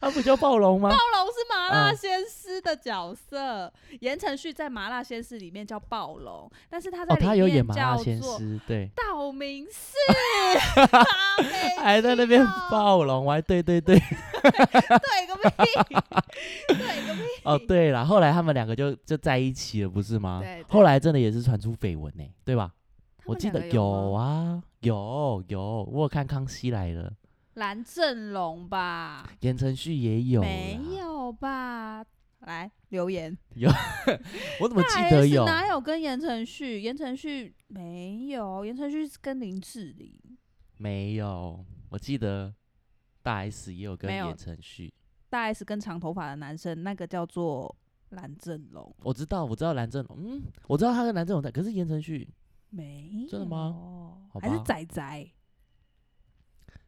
Speaker 2: 他不叫暴龙吗？
Speaker 1: 暴龙是麻辣
Speaker 2: 嗯
Speaker 1: 鲜师的角色，言承旭在麻辣鲜师里面叫暴龙，但是他在
Speaker 2: 哦，他
Speaker 1: 里
Speaker 2: 有
Speaker 1: 面
Speaker 2: 演麻
Speaker 1: 叫
Speaker 2: 辣鲜
Speaker 1: 做
Speaker 2: 师，对，
Speaker 1: 道明寺，
Speaker 2: 还在那边
Speaker 1: 暴
Speaker 2: 暴龙，我还对 对对，
Speaker 1: 哦对个屁， 对个屁，
Speaker 2: 哦对啦，后来他们两个就就在一起了，不是吗？
Speaker 1: 对对
Speaker 2: 后来真的也是传出绯闻呢，对吧？
Speaker 1: 他
Speaker 2: 我
Speaker 1: 们
Speaker 2: 记
Speaker 1: 两
Speaker 2: 得
Speaker 1: 个
Speaker 2: 有
Speaker 1: 吗，
Speaker 2: 啊，有有，我有看《康熙来了》，
Speaker 1: 蓝正龙吧？
Speaker 2: 言承旭也有，
Speaker 1: 没？有吧？来留言，
Speaker 2: 我怎么
Speaker 1: 大
Speaker 2: 记得
Speaker 1: S
Speaker 2: 有？
Speaker 1: 哪有跟言承旭？言承旭没有，言承旭是跟林志玲，
Speaker 2: 没有，我记得大 S 也有跟
Speaker 1: 没有
Speaker 2: 言承旭。
Speaker 1: 大 S 跟长头发的男生，那个叫做蓝正龙。
Speaker 2: 我知道，我知道蓝正龙，嗯，我知道他跟蓝正龙在，可是言承旭
Speaker 1: 没
Speaker 2: 真的吗
Speaker 1: 有
Speaker 2: 好
Speaker 1: 还是
Speaker 2: 吧
Speaker 1: 仔仔，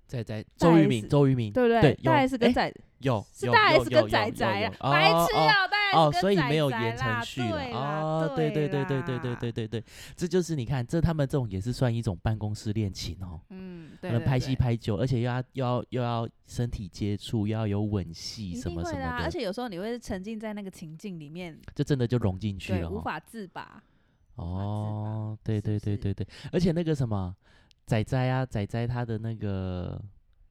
Speaker 2: 在在
Speaker 1: 大
Speaker 2: 周渝
Speaker 1: S
Speaker 2: 民，周渝民
Speaker 1: 对不
Speaker 2: 对
Speaker 1: 大
Speaker 2: 有
Speaker 1: S 跟
Speaker 2: 诶
Speaker 1: 仔、
Speaker 2: 有
Speaker 1: 是
Speaker 2: 有
Speaker 1: 大
Speaker 2: 有
Speaker 1: S
Speaker 2: 有
Speaker 1: 跟仔
Speaker 2: 有
Speaker 1: 仔
Speaker 2: 有
Speaker 1: 啊，白
Speaker 2: 有哦
Speaker 1: 痴
Speaker 2: 哦
Speaker 1: 啊，大 S
Speaker 2: 哦，
Speaker 1: 跟
Speaker 2: 所以
Speaker 1: 仔
Speaker 2: 没有
Speaker 1: 仔
Speaker 2: 言承
Speaker 1: 啦
Speaker 2: 旭了
Speaker 1: 对啦
Speaker 2: 哦，对对对对对对
Speaker 1: 啦
Speaker 2: 对对对，这就是你看，这他们这种也是算一种办公室恋情哦，
Speaker 1: 嗯，
Speaker 2: 可
Speaker 1: 对，
Speaker 2: 能
Speaker 1: 对
Speaker 2: 拍戏
Speaker 1: 对
Speaker 2: 拍久，而且又要又要又要身体接触，又要有吻戏
Speaker 1: 一
Speaker 2: 什
Speaker 1: 定
Speaker 2: 么
Speaker 1: 会
Speaker 2: 什
Speaker 1: 的啊，
Speaker 2: 么
Speaker 1: 而
Speaker 2: 的，
Speaker 1: 且有时候你会沉浸在那个情境里面，
Speaker 2: 这真的就融进去
Speaker 1: 对，
Speaker 2: 了
Speaker 1: 无
Speaker 2: 哦。
Speaker 1: 法自拔。
Speaker 2: 哦，对
Speaker 1: 是不
Speaker 2: 对对对对，而且那个什么仔仔啊，仔仔他的那个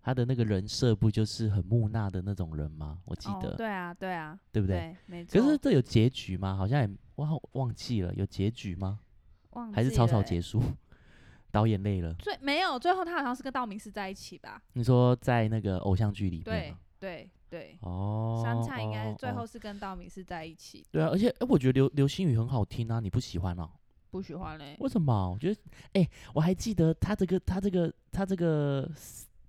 Speaker 2: 他的那个人设不就是很木讷的那种人吗？我记
Speaker 1: 哦
Speaker 2: 得，
Speaker 1: 对啊，对啊，
Speaker 2: 对不对？
Speaker 1: 对，没错。
Speaker 2: 可是这有结局吗？好像也忘忘记了，有结局吗？
Speaker 1: 忘
Speaker 2: 还是
Speaker 1: 记
Speaker 2: 草
Speaker 1: 了
Speaker 2: 草
Speaker 1: 欸
Speaker 2: 结束？ 导演累了。
Speaker 1: 最没有，最后他好像是跟道明寺在一起吧？
Speaker 2: 你说在那个偶像剧里面
Speaker 1: 对
Speaker 2: 吗，
Speaker 1: 对对，
Speaker 2: 啊哦，
Speaker 1: 杉菜应该是
Speaker 2: 哦
Speaker 1: 最
Speaker 2: 哦
Speaker 1: 后是跟道明寺在一起，
Speaker 2: 对啊，而且哎、我觉得流流星雨很好听啊，你不喜欢哦？
Speaker 1: 不喜欢嘞。
Speaker 2: 为什么啊？我觉得哎、我还记得他这个他这个他这个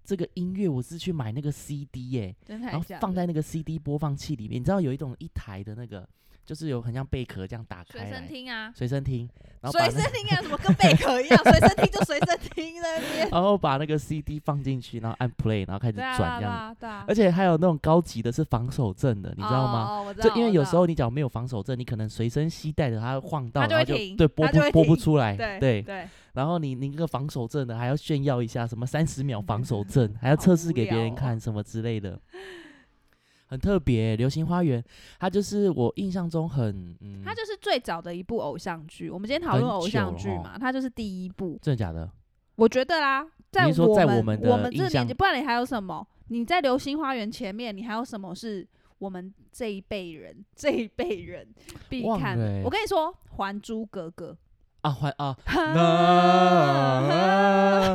Speaker 2: 这个音乐，我是去买那个 CD 耶、
Speaker 1: 真的
Speaker 2: 然后放在那个 CD 播放器里面，你知道有一种一台的那个，就是有很像贝壳这样打
Speaker 1: 随
Speaker 2: 开
Speaker 1: 身
Speaker 2: 来，
Speaker 1: 听啊，
Speaker 2: 随身听，然后
Speaker 1: 随
Speaker 2: 把
Speaker 1: 身
Speaker 2: 那。
Speaker 1: 听啊，怎么跟贝壳一样？随身听就随身听在那
Speaker 2: 。
Speaker 1: 边
Speaker 2: 然后把那个 CD 放进去，然后按 play，然后开始
Speaker 1: 对啊，
Speaker 2: 转
Speaker 1: 对啊
Speaker 2: 这
Speaker 1: 对
Speaker 2: 样，
Speaker 1: 啊，对啊
Speaker 2: 而且还有那种高级的是防守阵的，你知道吗？
Speaker 1: 哦？哦我知
Speaker 2: 就
Speaker 1: 道
Speaker 2: 因为
Speaker 1: 我
Speaker 2: 有
Speaker 1: 知
Speaker 2: 时
Speaker 1: 道
Speaker 2: 候你假如没有防守阵，你可能随身携带的它晃到，
Speaker 1: 它就
Speaker 2: 然后
Speaker 1: 会停
Speaker 2: 对播
Speaker 1: 它就
Speaker 2: 不
Speaker 1: 会
Speaker 2: 播不
Speaker 1: 停
Speaker 2: 出来，
Speaker 1: 对
Speaker 2: 对。
Speaker 1: 对，
Speaker 2: 然后你你那个防守阵的还要炫耀一下，什么三十秒防守 阵，还要测试给别人
Speaker 1: 好无哦
Speaker 2: 看什么之类 的，很特别、欸流星花园》它就是我印象中很嗯，
Speaker 1: 它就是最早的一部偶像剧。我们今天讨论
Speaker 2: 很
Speaker 1: 偶
Speaker 2: 久
Speaker 1: 像
Speaker 2: 了哦
Speaker 1: 剧
Speaker 2: 吼
Speaker 1: 嘛，它就是第一部。
Speaker 2: 真的假的？
Speaker 1: 我觉得啦，在
Speaker 2: 是说在
Speaker 1: 们
Speaker 2: 我
Speaker 1: 我
Speaker 2: 们
Speaker 1: 这
Speaker 2: 的印
Speaker 1: 年
Speaker 2: 象
Speaker 1: 纪，不然你还有什么？你在《流星花园》前面，你还有什么是我们这一辈人这一辈人必
Speaker 2: 忘
Speaker 1: 看
Speaker 2: 了
Speaker 1: 的？
Speaker 2: 欸
Speaker 1: 我跟你说，《还珠格 格
Speaker 2: 啊，还啊，》
Speaker 1: 哈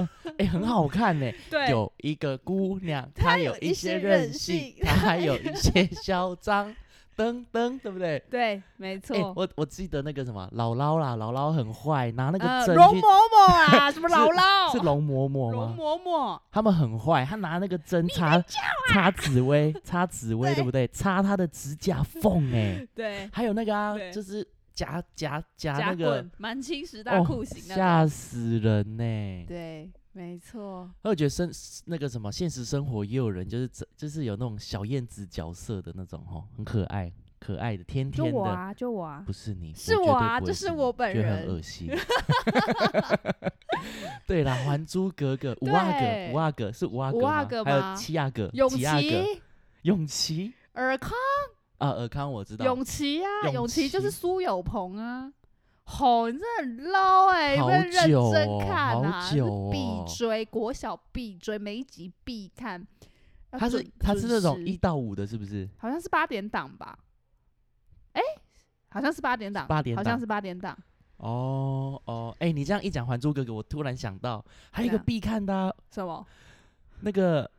Speaker 2: 那哎、很好看呢、
Speaker 1: 对，
Speaker 2: 有一个姑娘，她有
Speaker 1: 有一
Speaker 2: 一些
Speaker 1: 些
Speaker 2: 任
Speaker 1: 任
Speaker 2: 性
Speaker 1: 性，
Speaker 2: 她还有一些嚣张，噔噔，对不对？
Speaker 1: 对，没
Speaker 2: 哎、
Speaker 1: 错。
Speaker 2: 我我记得那个什么姥姥啦，姥姥很坏，拿那
Speaker 1: 呃，
Speaker 2: 个针
Speaker 1: 容
Speaker 2: 去、
Speaker 1: 嬷嬷啊，什么姥姥，
Speaker 2: 是龙嬷嬷
Speaker 1: 容
Speaker 2: 吗？
Speaker 1: 嬷嬷，
Speaker 2: 他们很坏，他拿那个针插插 紫薇，插紫薇
Speaker 1: 啊对
Speaker 2: 对不对？插她的指甲缝哎、
Speaker 1: 对，
Speaker 2: 还有那个啊，
Speaker 1: 对
Speaker 2: 就是夹夹夹
Speaker 1: 夹
Speaker 2: 那个
Speaker 1: 棍，满清十大酷
Speaker 2: 哦，
Speaker 1: 刑那种
Speaker 2: 吓死人呢、
Speaker 1: 对，没错，
Speaker 2: 而我觉得生那个什么，现实生活也有人就是就是有那种小燕子角色的那种哦，很可爱可爱的，天
Speaker 1: 就
Speaker 2: 天
Speaker 1: 我
Speaker 2: 的，
Speaker 1: 啊，就我啊
Speaker 2: 不，是你，
Speaker 1: 是
Speaker 2: 我
Speaker 1: 我
Speaker 2: 绝对
Speaker 1: 啊
Speaker 2: 不
Speaker 1: 这
Speaker 2: 会
Speaker 1: 是
Speaker 2: 是
Speaker 1: 我
Speaker 2: 你
Speaker 1: 本
Speaker 2: 觉得很
Speaker 1: 人
Speaker 2: 恶心。对啦，《还珠格格》五阿哥，
Speaker 1: 对
Speaker 2: 五阿哥是五阿哥
Speaker 1: 五阿
Speaker 2: 吗
Speaker 1: 哥
Speaker 2: 还有
Speaker 1: 吗
Speaker 2: 七阿哥，
Speaker 1: 永
Speaker 2: 几阿哥，
Speaker 1: 琪、
Speaker 2: 永琪
Speaker 1: 尔康、
Speaker 2: 啊，尔康我知道，
Speaker 1: 永琪啊，
Speaker 2: 永
Speaker 1: 永琪就是
Speaker 2: 琪
Speaker 1: 苏有朋啊。吼，你这很 low 哎、你
Speaker 2: 好
Speaker 1: 不能认
Speaker 2: 久
Speaker 1: 真
Speaker 2: 哦
Speaker 1: 看
Speaker 2: 好
Speaker 1: 啊，是
Speaker 2: 久哦
Speaker 1: 必追，国小必追，每一集必看。要
Speaker 2: 他是
Speaker 1: 准
Speaker 2: 他是
Speaker 1: 准
Speaker 2: 那种
Speaker 1: 时
Speaker 2: 一到五的，是不是？
Speaker 1: 好像是八点档吧？哎、好像是八点档，
Speaker 2: 八点
Speaker 1: 好像
Speaker 2: 档
Speaker 1: 是八点档。
Speaker 2: 哦哦，哎，你这样一讲《还珠格格》，我突然想到还有一
Speaker 1: 怎
Speaker 2: 个
Speaker 1: 样
Speaker 2: 必看的啊
Speaker 1: 什么？
Speaker 2: 那个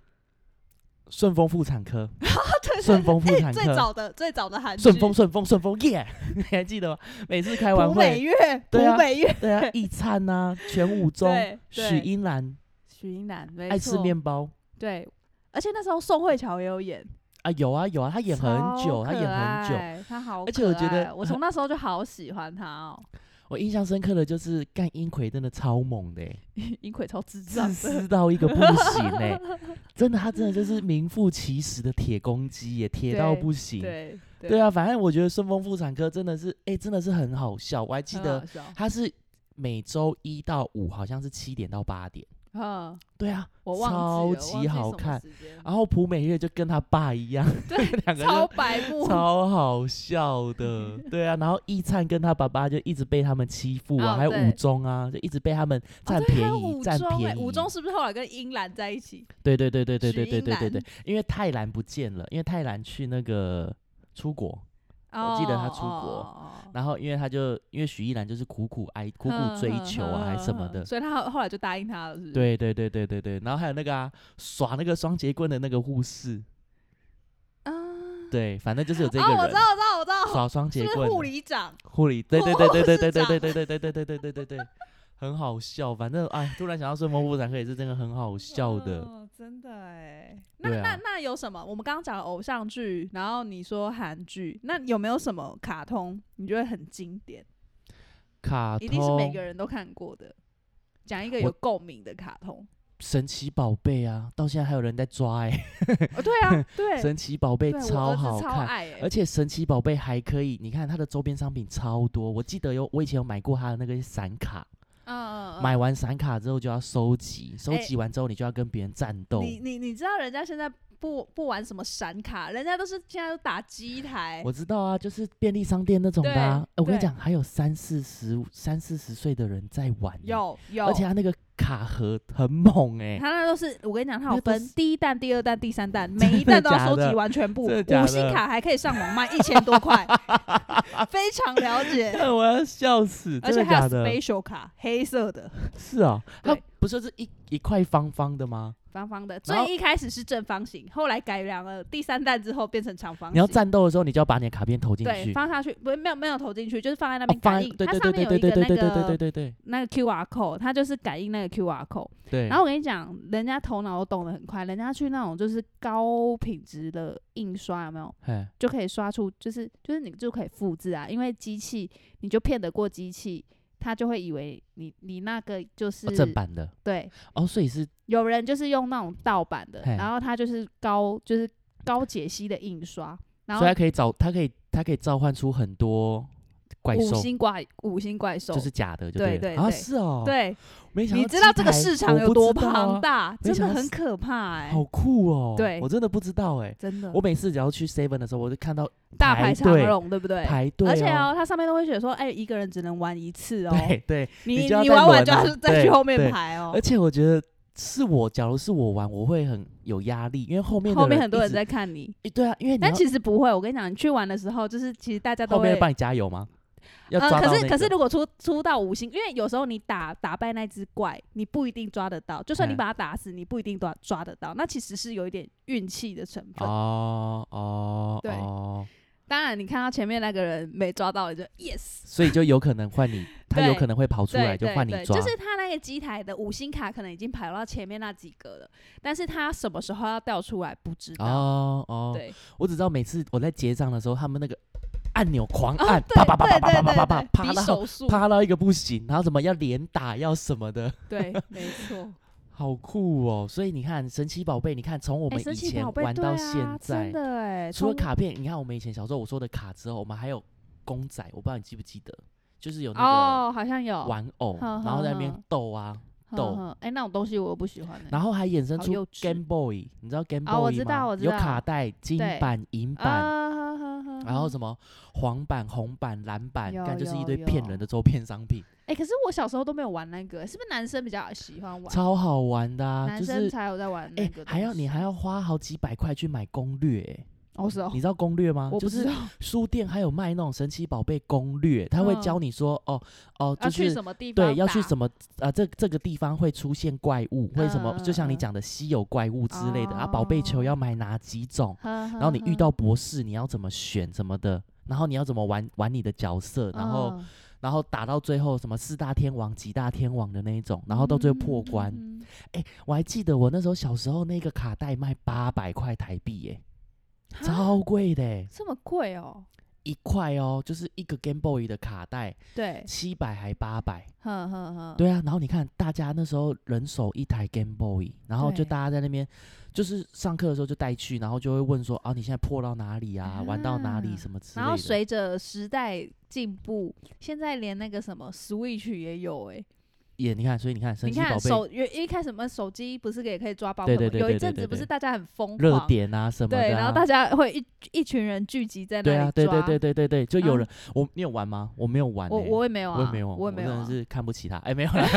Speaker 2: 顺丰妇产科，
Speaker 1: 对
Speaker 2: 顺丰妇产
Speaker 1: 最
Speaker 2: 科，
Speaker 1: 早的最早的韩剧，
Speaker 2: 顺丰顺丰顺丰耶， 你还记得吗？每次开完
Speaker 1: 朴美
Speaker 2: 会，
Speaker 1: 月，
Speaker 2: 对
Speaker 1: 朴
Speaker 2: 啊
Speaker 1: 美月，
Speaker 2: 对 啊，一餐呐，全武忠。
Speaker 1: 对，
Speaker 2: 许
Speaker 1: 对
Speaker 2: 英兰
Speaker 1: 许一男，没
Speaker 2: 爱吃
Speaker 1: 错
Speaker 2: 面包
Speaker 1: 对，而且那时候宋慧乔也有演，
Speaker 2: 啊，有啊有啊，她演很久，她演很久。
Speaker 1: 久，她好可爱，
Speaker 2: 而且我觉得
Speaker 1: 我从那时候就好喜欢她哦，
Speaker 2: 我印象深刻的就是干英奎真的超猛 的、欸，
Speaker 1: 英奎超智障
Speaker 2: 自
Speaker 1: 的，
Speaker 2: 私到一个不行哎、 真的他真的就是名副其实的铁公鸡也铁到
Speaker 1: 对
Speaker 2: 不行。
Speaker 1: 对对
Speaker 2: 对，啊，反正我觉得顺丰妇产科真的是哎、真的是很好笑，我还记
Speaker 1: 很
Speaker 2: 得
Speaker 1: 好笑
Speaker 2: 他是每周一到五好像是七点到八点，
Speaker 1: 嗯，
Speaker 2: 对啊，
Speaker 1: 我忘记了
Speaker 2: 超
Speaker 1: 我忘
Speaker 2: 级
Speaker 1: 记
Speaker 2: 好
Speaker 1: 什么
Speaker 2: 看
Speaker 1: 时间
Speaker 2: 然后蒲美月就跟他爸一样，
Speaker 1: 对
Speaker 2: 两个
Speaker 1: 超
Speaker 2: 就
Speaker 1: 白目，哦
Speaker 2: 超好笑的，对啊，然后易灿跟他爸爸就一直被他们欺负啊，
Speaker 1: 哦
Speaker 2: 还有
Speaker 1: 对哦
Speaker 2: 武忠啊，就一直被他们占
Speaker 1: 对
Speaker 2: 便
Speaker 1: 还有
Speaker 2: 宜，
Speaker 1: 武
Speaker 2: 占
Speaker 1: 忠欸
Speaker 2: 便宜。
Speaker 1: 武忠是不是后来跟英兰在一起？
Speaker 2: 对对对对对对
Speaker 1: 许
Speaker 2: 对
Speaker 1: 英
Speaker 2: 对对对
Speaker 1: 兰，
Speaker 2: 因为泰兰不见了，因为泰兰去那个出国，我记得她出国
Speaker 1: 哦，哦哦
Speaker 2: 然后因为他就因为许依兰就是苦苦哀苦苦
Speaker 1: 哼
Speaker 2: 追
Speaker 1: 哼
Speaker 2: 求啊，还
Speaker 1: 哼
Speaker 2: 是什么
Speaker 1: 哼
Speaker 2: 的。
Speaker 1: 嗯所以他后后来就答应他了，是不是？，
Speaker 2: 对对对对对对，然后还有那个啊，耍那个双节棍的那个护士，
Speaker 1: 啊，
Speaker 2: 对，反正就是有这
Speaker 1: 哦，
Speaker 2: 个
Speaker 1: 我
Speaker 2: 人
Speaker 1: 知道，我知道，我知道，
Speaker 2: 耍双
Speaker 1: 是
Speaker 2: 节
Speaker 1: 不
Speaker 2: 棍
Speaker 1: 是
Speaker 2: 的，
Speaker 1: 护理长？
Speaker 2: 护理，对对
Speaker 1: 护
Speaker 2: 对对
Speaker 1: 士
Speaker 2: 对对对
Speaker 1: 长
Speaker 2: 对对对对对对对对对对，很好笑。反正哎，突然想到顺丰妇产科也是真的很好笑的。
Speaker 1: 哦、真的哎。那、
Speaker 2: 对
Speaker 1: 那
Speaker 2: 啊
Speaker 1: 那有什么？我们刚刚讲了偶像剧，然后你说韩剧，那有没有什么卡通你觉得很经典？
Speaker 2: 卡
Speaker 1: 一定是每
Speaker 2: 通
Speaker 1: 个人都看过的。讲一个
Speaker 2: 我
Speaker 1: 有共鸣的卡 通，
Speaker 2: 神奇宝贝啊，到现在还有人在抓哎、
Speaker 1: 哦，对啊， 对，
Speaker 2: 神奇宝贝
Speaker 1: 对我
Speaker 2: 超
Speaker 1: 儿子
Speaker 2: 好
Speaker 1: 超
Speaker 2: 看，
Speaker 1: 爱欸
Speaker 2: 而且神奇宝贝还可以，你看它的周边商品超多。我记得有，我以前有买过它的那个闪卡，
Speaker 1: 嗯嗯嗯，
Speaker 2: 买完闪卡之后就要收集，收
Speaker 1: 哎
Speaker 2: 集完之后你就要跟别人战斗。
Speaker 1: 你你你知道人家现在不不玩什么闪卡，人家都是现在都打机台，
Speaker 2: 我知道啊，就是便利商店那种的、啊
Speaker 1: 对
Speaker 2: 呃我跟你
Speaker 1: 对
Speaker 2: 讲，还有三四十、三四十岁的人在玩欸、
Speaker 1: 有有，
Speaker 2: 而且它那个卡盒很猛哎、
Speaker 1: 他那都是我跟你讲，他
Speaker 2: 那
Speaker 1: 有
Speaker 2: 都
Speaker 1: 分
Speaker 2: 是
Speaker 1: 第一弹、第二弹、第三 弹，每一
Speaker 2: 的
Speaker 1: 弹都要
Speaker 2: 假
Speaker 1: 收
Speaker 2: 的
Speaker 1: 集完全部。
Speaker 2: 真的假
Speaker 1: 五星
Speaker 2: 的
Speaker 1: 卡还可以上网 卖一千多块， 非常了解。
Speaker 2: 看我要笑死，
Speaker 1: 而
Speaker 2: 真
Speaker 1: 且
Speaker 2: 的
Speaker 1: 还有
Speaker 2: 假的？
Speaker 1: special 卡，黑色的、
Speaker 2: 是啊、它
Speaker 1: 对
Speaker 2: 不是是一一块方方的吗？
Speaker 1: 方方的，
Speaker 2: 然后
Speaker 1: 最一开始是正方形，后来改良了第三弹之后变成长方形。
Speaker 2: 你要战斗的时候，你就要把你的卡片投进
Speaker 1: 对
Speaker 2: 去。
Speaker 1: 放下去，不没有没有投进去，就是放在那
Speaker 2: 哦
Speaker 1: 边
Speaker 2: 翻
Speaker 1: 感应。
Speaker 2: 对
Speaker 1: 它
Speaker 2: 对
Speaker 1: 上
Speaker 2: 对
Speaker 1: 面
Speaker 2: 对
Speaker 1: 有一
Speaker 2: 对
Speaker 1: 个
Speaker 2: 对对
Speaker 1: 那
Speaker 2: 对对对
Speaker 1: 个
Speaker 2: 对对
Speaker 1: 那个 QR code，它就是感应那个 QR code。
Speaker 2: 对。
Speaker 1: 然后我跟你讲，人家头脑都懂得很快，人家去那种就是高品质的印刷，有没有
Speaker 2: 嘿哦
Speaker 1: 就可以刷出，就是就是你就可以复制啊，因为机器你就骗得过机器，它就会以为你你那个就是、
Speaker 2: 哦正版的
Speaker 1: 对，
Speaker 2: 哦，所以是
Speaker 1: 有人就是用那种盗版的，
Speaker 2: 嘿
Speaker 1: 然后它就是高就是高解析的印刷，然后
Speaker 2: 所以它可以找，它可以，它可以召唤出很多怪
Speaker 1: 五
Speaker 2: 兽，
Speaker 1: 星怪五星怪兽，
Speaker 2: 就是假的，就
Speaker 1: 对
Speaker 2: 对
Speaker 1: 对
Speaker 2: 了啊，
Speaker 1: 对
Speaker 2: 是哦，，
Speaker 1: 对，
Speaker 2: 没想到
Speaker 1: 你知道
Speaker 2: 机
Speaker 1: 这个
Speaker 2: 台
Speaker 1: 市场
Speaker 2: 我
Speaker 1: 有
Speaker 2: 不
Speaker 1: 多
Speaker 2: 知道
Speaker 1: 庞
Speaker 2: 啊，
Speaker 1: 大，
Speaker 2: 没
Speaker 1: 真的
Speaker 2: 想到
Speaker 1: 很
Speaker 2: 是
Speaker 1: 可怕哎、
Speaker 2: 好酷哦，
Speaker 1: 对嗯
Speaker 2: 我真的不知道哎，
Speaker 1: 真的
Speaker 2: 我每次只要去 Seven 的时候，我就看到
Speaker 1: 大
Speaker 2: 排
Speaker 1: 排长
Speaker 2: 队
Speaker 1: 龙，对不对？
Speaker 2: 排队，
Speaker 1: 而且，哦，它上面都会写说，哎、一个人只能玩一次哦。
Speaker 2: 对对，
Speaker 1: 你
Speaker 2: 你就要再
Speaker 1: 玩完
Speaker 2: 轮
Speaker 1: 就
Speaker 2: 啊
Speaker 1: 要再去
Speaker 2: 对
Speaker 1: 后面
Speaker 2: 对
Speaker 1: 排哦
Speaker 2: 而。且我觉得是我，假如是我玩，我会很有压力，因为后面的
Speaker 1: 后面很
Speaker 2: 一
Speaker 1: 多人
Speaker 2: 直，
Speaker 1: 在看你，
Speaker 2: 诶对啊，因为你
Speaker 1: 但
Speaker 2: 要
Speaker 1: 其实不会。我跟你讲，你去玩的时候，就是其实大家都
Speaker 2: 后面
Speaker 1: 会
Speaker 2: 会。帮你加油吗？要
Speaker 1: 呃，
Speaker 2: 抓到
Speaker 1: 可
Speaker 2: 那
Speaker 1: 是可是，
Speaker 2: 个
Speaker 1: 如果出出到五星，因为有时候你打打败那只怪，你不一定抓得到。就算你
Speaker 2: 嗯
Speaker 1: 把它打死，你不一定抓抓得到。那其实是有一点运气的成分。
Speaker 2: 哦哦
Speaker 1: 对
Speaker 2: 哦，
Speaker 1: 当然，你看到前面那个人没抓到，你就 yes。
Speaker 2: 所以就有可能 换你，他有可能会跑出来，
Speaker 1: 对
Speaker 2: 就
Speaker 1: 对
Speaker 2: 换你
Speaker 1: 对，
Speaker 2: 抓。
Speaker 1: 就是他那个机台的五星卡可能已经排到前面那几个了，但是他什么时候要掉出来不知道。
Speaker 2: 哦哦，
Speaker 1: 对，
Speaker 2: 我只知道每次我在结账的时候，他们那个按钮狂
Speaker 1: 哦
Speaker 2: 按，
Speaker 1: 对
Speaker 2: 啪啪啪啪
Speaker 1: 对
Speaker 2: 啪
Speaker 1: 对
Speaker 2: 啪啪
Speaker 1: 对
Speaker 2: 啪，
Speaker 1: 对
Speaker 2: 啪
Speaker 1: 比
Speaker 2: 到
Speaker 1: 手速，
Speaker 2: 啪到一个不行，然后什么要连打要什么的，
Speaker 1: 对，没错。
Speaker 2: 好酷哦！所以你看神奇宝贝，你看从我
Speaker 1: 哎，
Speaker 2: 们
Speaker 1: 神
Speaker 2: 以
Speaker 1: 奇
Speaker 2: 前
Speaker 1: 宝贝
Speaker 2: 玩
Speaker 1: 对
Speaker 2: 到
Speaker 1: 啊
Speaker 2: 现在
Speaker 1: 真，的哎，
Speaker 2: 除了
Speaker 1: 从
Speaker 2: 卡片，你看我们以前小时候我说的卡之后，我们还有公仔，我不知道你记不记得，就是有那
Speaker 1: 哦，好像有
Speaker 2: 个玩偶，
Speaker 1: 哼
Speaker 2: 然后在那
Speaker 1: 哼
Speaker 2: 边斗啊，
Speaker 1: 哼
Speaker 2: 豆
Speaker 1: 哼哎，那种东西我不喜欢哎。
Speaker 2: 然后还衍生
Speaker 1: 好
Speaker 2: 出
Speaker 1: 幼稚
Speaker 2: Game Boy，你知道 Game Boy 吗？
Speaker 1: 哦我知道我知
Speaker 2: 有
Speaker 1: 道
Speaker 2: 卡带、金
Speaker 1: 对
Speaker 2: 版、银版，
Speaker 1: 啊，哼哼哼
Speaker 2: 然后
Speaker 1: 哼
Speaker 2: 什么黄版、红版、蓝版，
Speaker 1: 有
Speaker 2: 干就是一
Speaker 1: 有
Speaker 2: 堆骗
Speaker 1: 有
Speaker 2: 人的周边商品，
Speaker 1: 哎，可是我小时候都没有玩那个，是不是男生比较喜欢玩？
Speaker 2: 超好玩的啊！
Speaker 1: 男
Speaker 2: 就
Speaker 1: 生
Speaker 2: 是
Speaker 1: 才有在玩那
Speaker 2: 哎
Speaker 1: 个东西。，
Speaker 2: 还要你还要花好几百块去买攻略，哎
Speaker 1: 哦是哦
Speaker 2: 你，知道攻略吗？
Speaker 1: 我
Speaker 2: 就
Speaker 1: 不知
Speaker 2: 是
Speaker 1: 道
Speaker 2: 书店还有卖那种神奇宝贝攻略，他会
Speaker 1: 嗯
Speaker 2: 教你说，哦哦，
Speaker 1: 要
Speaker 2: 就
Speaker 1: 去
Speaker 2: 是
Speaker 1: 什么地方打？
Speaker 2: 对，要去什么啊？这这个地方会出现怪物，会什么？就像
Speaker 1: 嗯
Speaker 2: 你
Speaker 1: 嗯
Speaker 2: 讲的稀有怪物之类的啊，宝贝球
Speaker 1: 哦嗯
Speaker 2: 要买哪几种？
Speaker 1: 哼？然
Speaker 2: 然后你遇到博士，你要怎么选什么的，然后你要怎么玩玩你的角色，然后、
Speaker 1: 嗯
Speaker 2: 然后打到最后什么四大天王、几大天王的那一种，然后到最后破关。
Speaker 1: 嗯嗯嗯嗯
Speaker 2: 我还记得我那时候小时候那个卡带卖八百块台币耶、
Speaker 1: 哈
Speaker 2: 超贵的耶、
Speaker 1: 这么贵哦？
Speaker 2: 一块哦，就是一个 Game Boy 的卡带，
Speaker 1: 对，嗯
Speaker 2: 七百还八百。
Speaker 1: 哼哼哼，
Speaker 2: 对啊，然后你看大家那时候人手一台 Game Boy，然后就
Speaker 1: 对
Speaker 2: 大家在那边，就是上课的时候就带去，然后就会问说啊，你现在破到哪里啊，玩到哪里
Speaker 1: 啊
Speaker 2: 什么之类的。
Speaker 1: 然后随着时代进步，现在连那个什么 Switch 也有哎、
Speaker 2: 也你看，所以你看神
Speaker 1: 你
Speaker 2: 奇
Speaker 1: 看
Speaker 2: 宝
Speaker 1: 手原一开始我们手机不是也可以抓宝可
Speaker 2: 对
Speaker 1: 梦？
Speaker 2: 对对
Speaker 1: 有一
Speaker 2: 对对
Speaker 1: 阵
Speaker 2: 对
Speaker 1: 子不
Speaker 2: 对
Speaker 1: 是大家很疯
Speaker 2: 贝热
Speaker 1: 狂，
Speaker 2: 点啊什么的、啊，
Speaker 1: 对，然后大家会一一群人聚集在那
Speaker 2: 对
Speaker 1: 里抓。
Speaker 2: 啊，对对对对对对，就有
Speaker 1: 啊
Speaker 2: 人、我你有玩吗？我没有玩欸、
Speaker 1: 我我也没有啊，
Speaker 2: 我也没有，
Speaker 1: 我也没有、
Speaker 2: 真的
Speaker 1: 啊。
Speaker 2: 是看不起他，哎、没 有啦，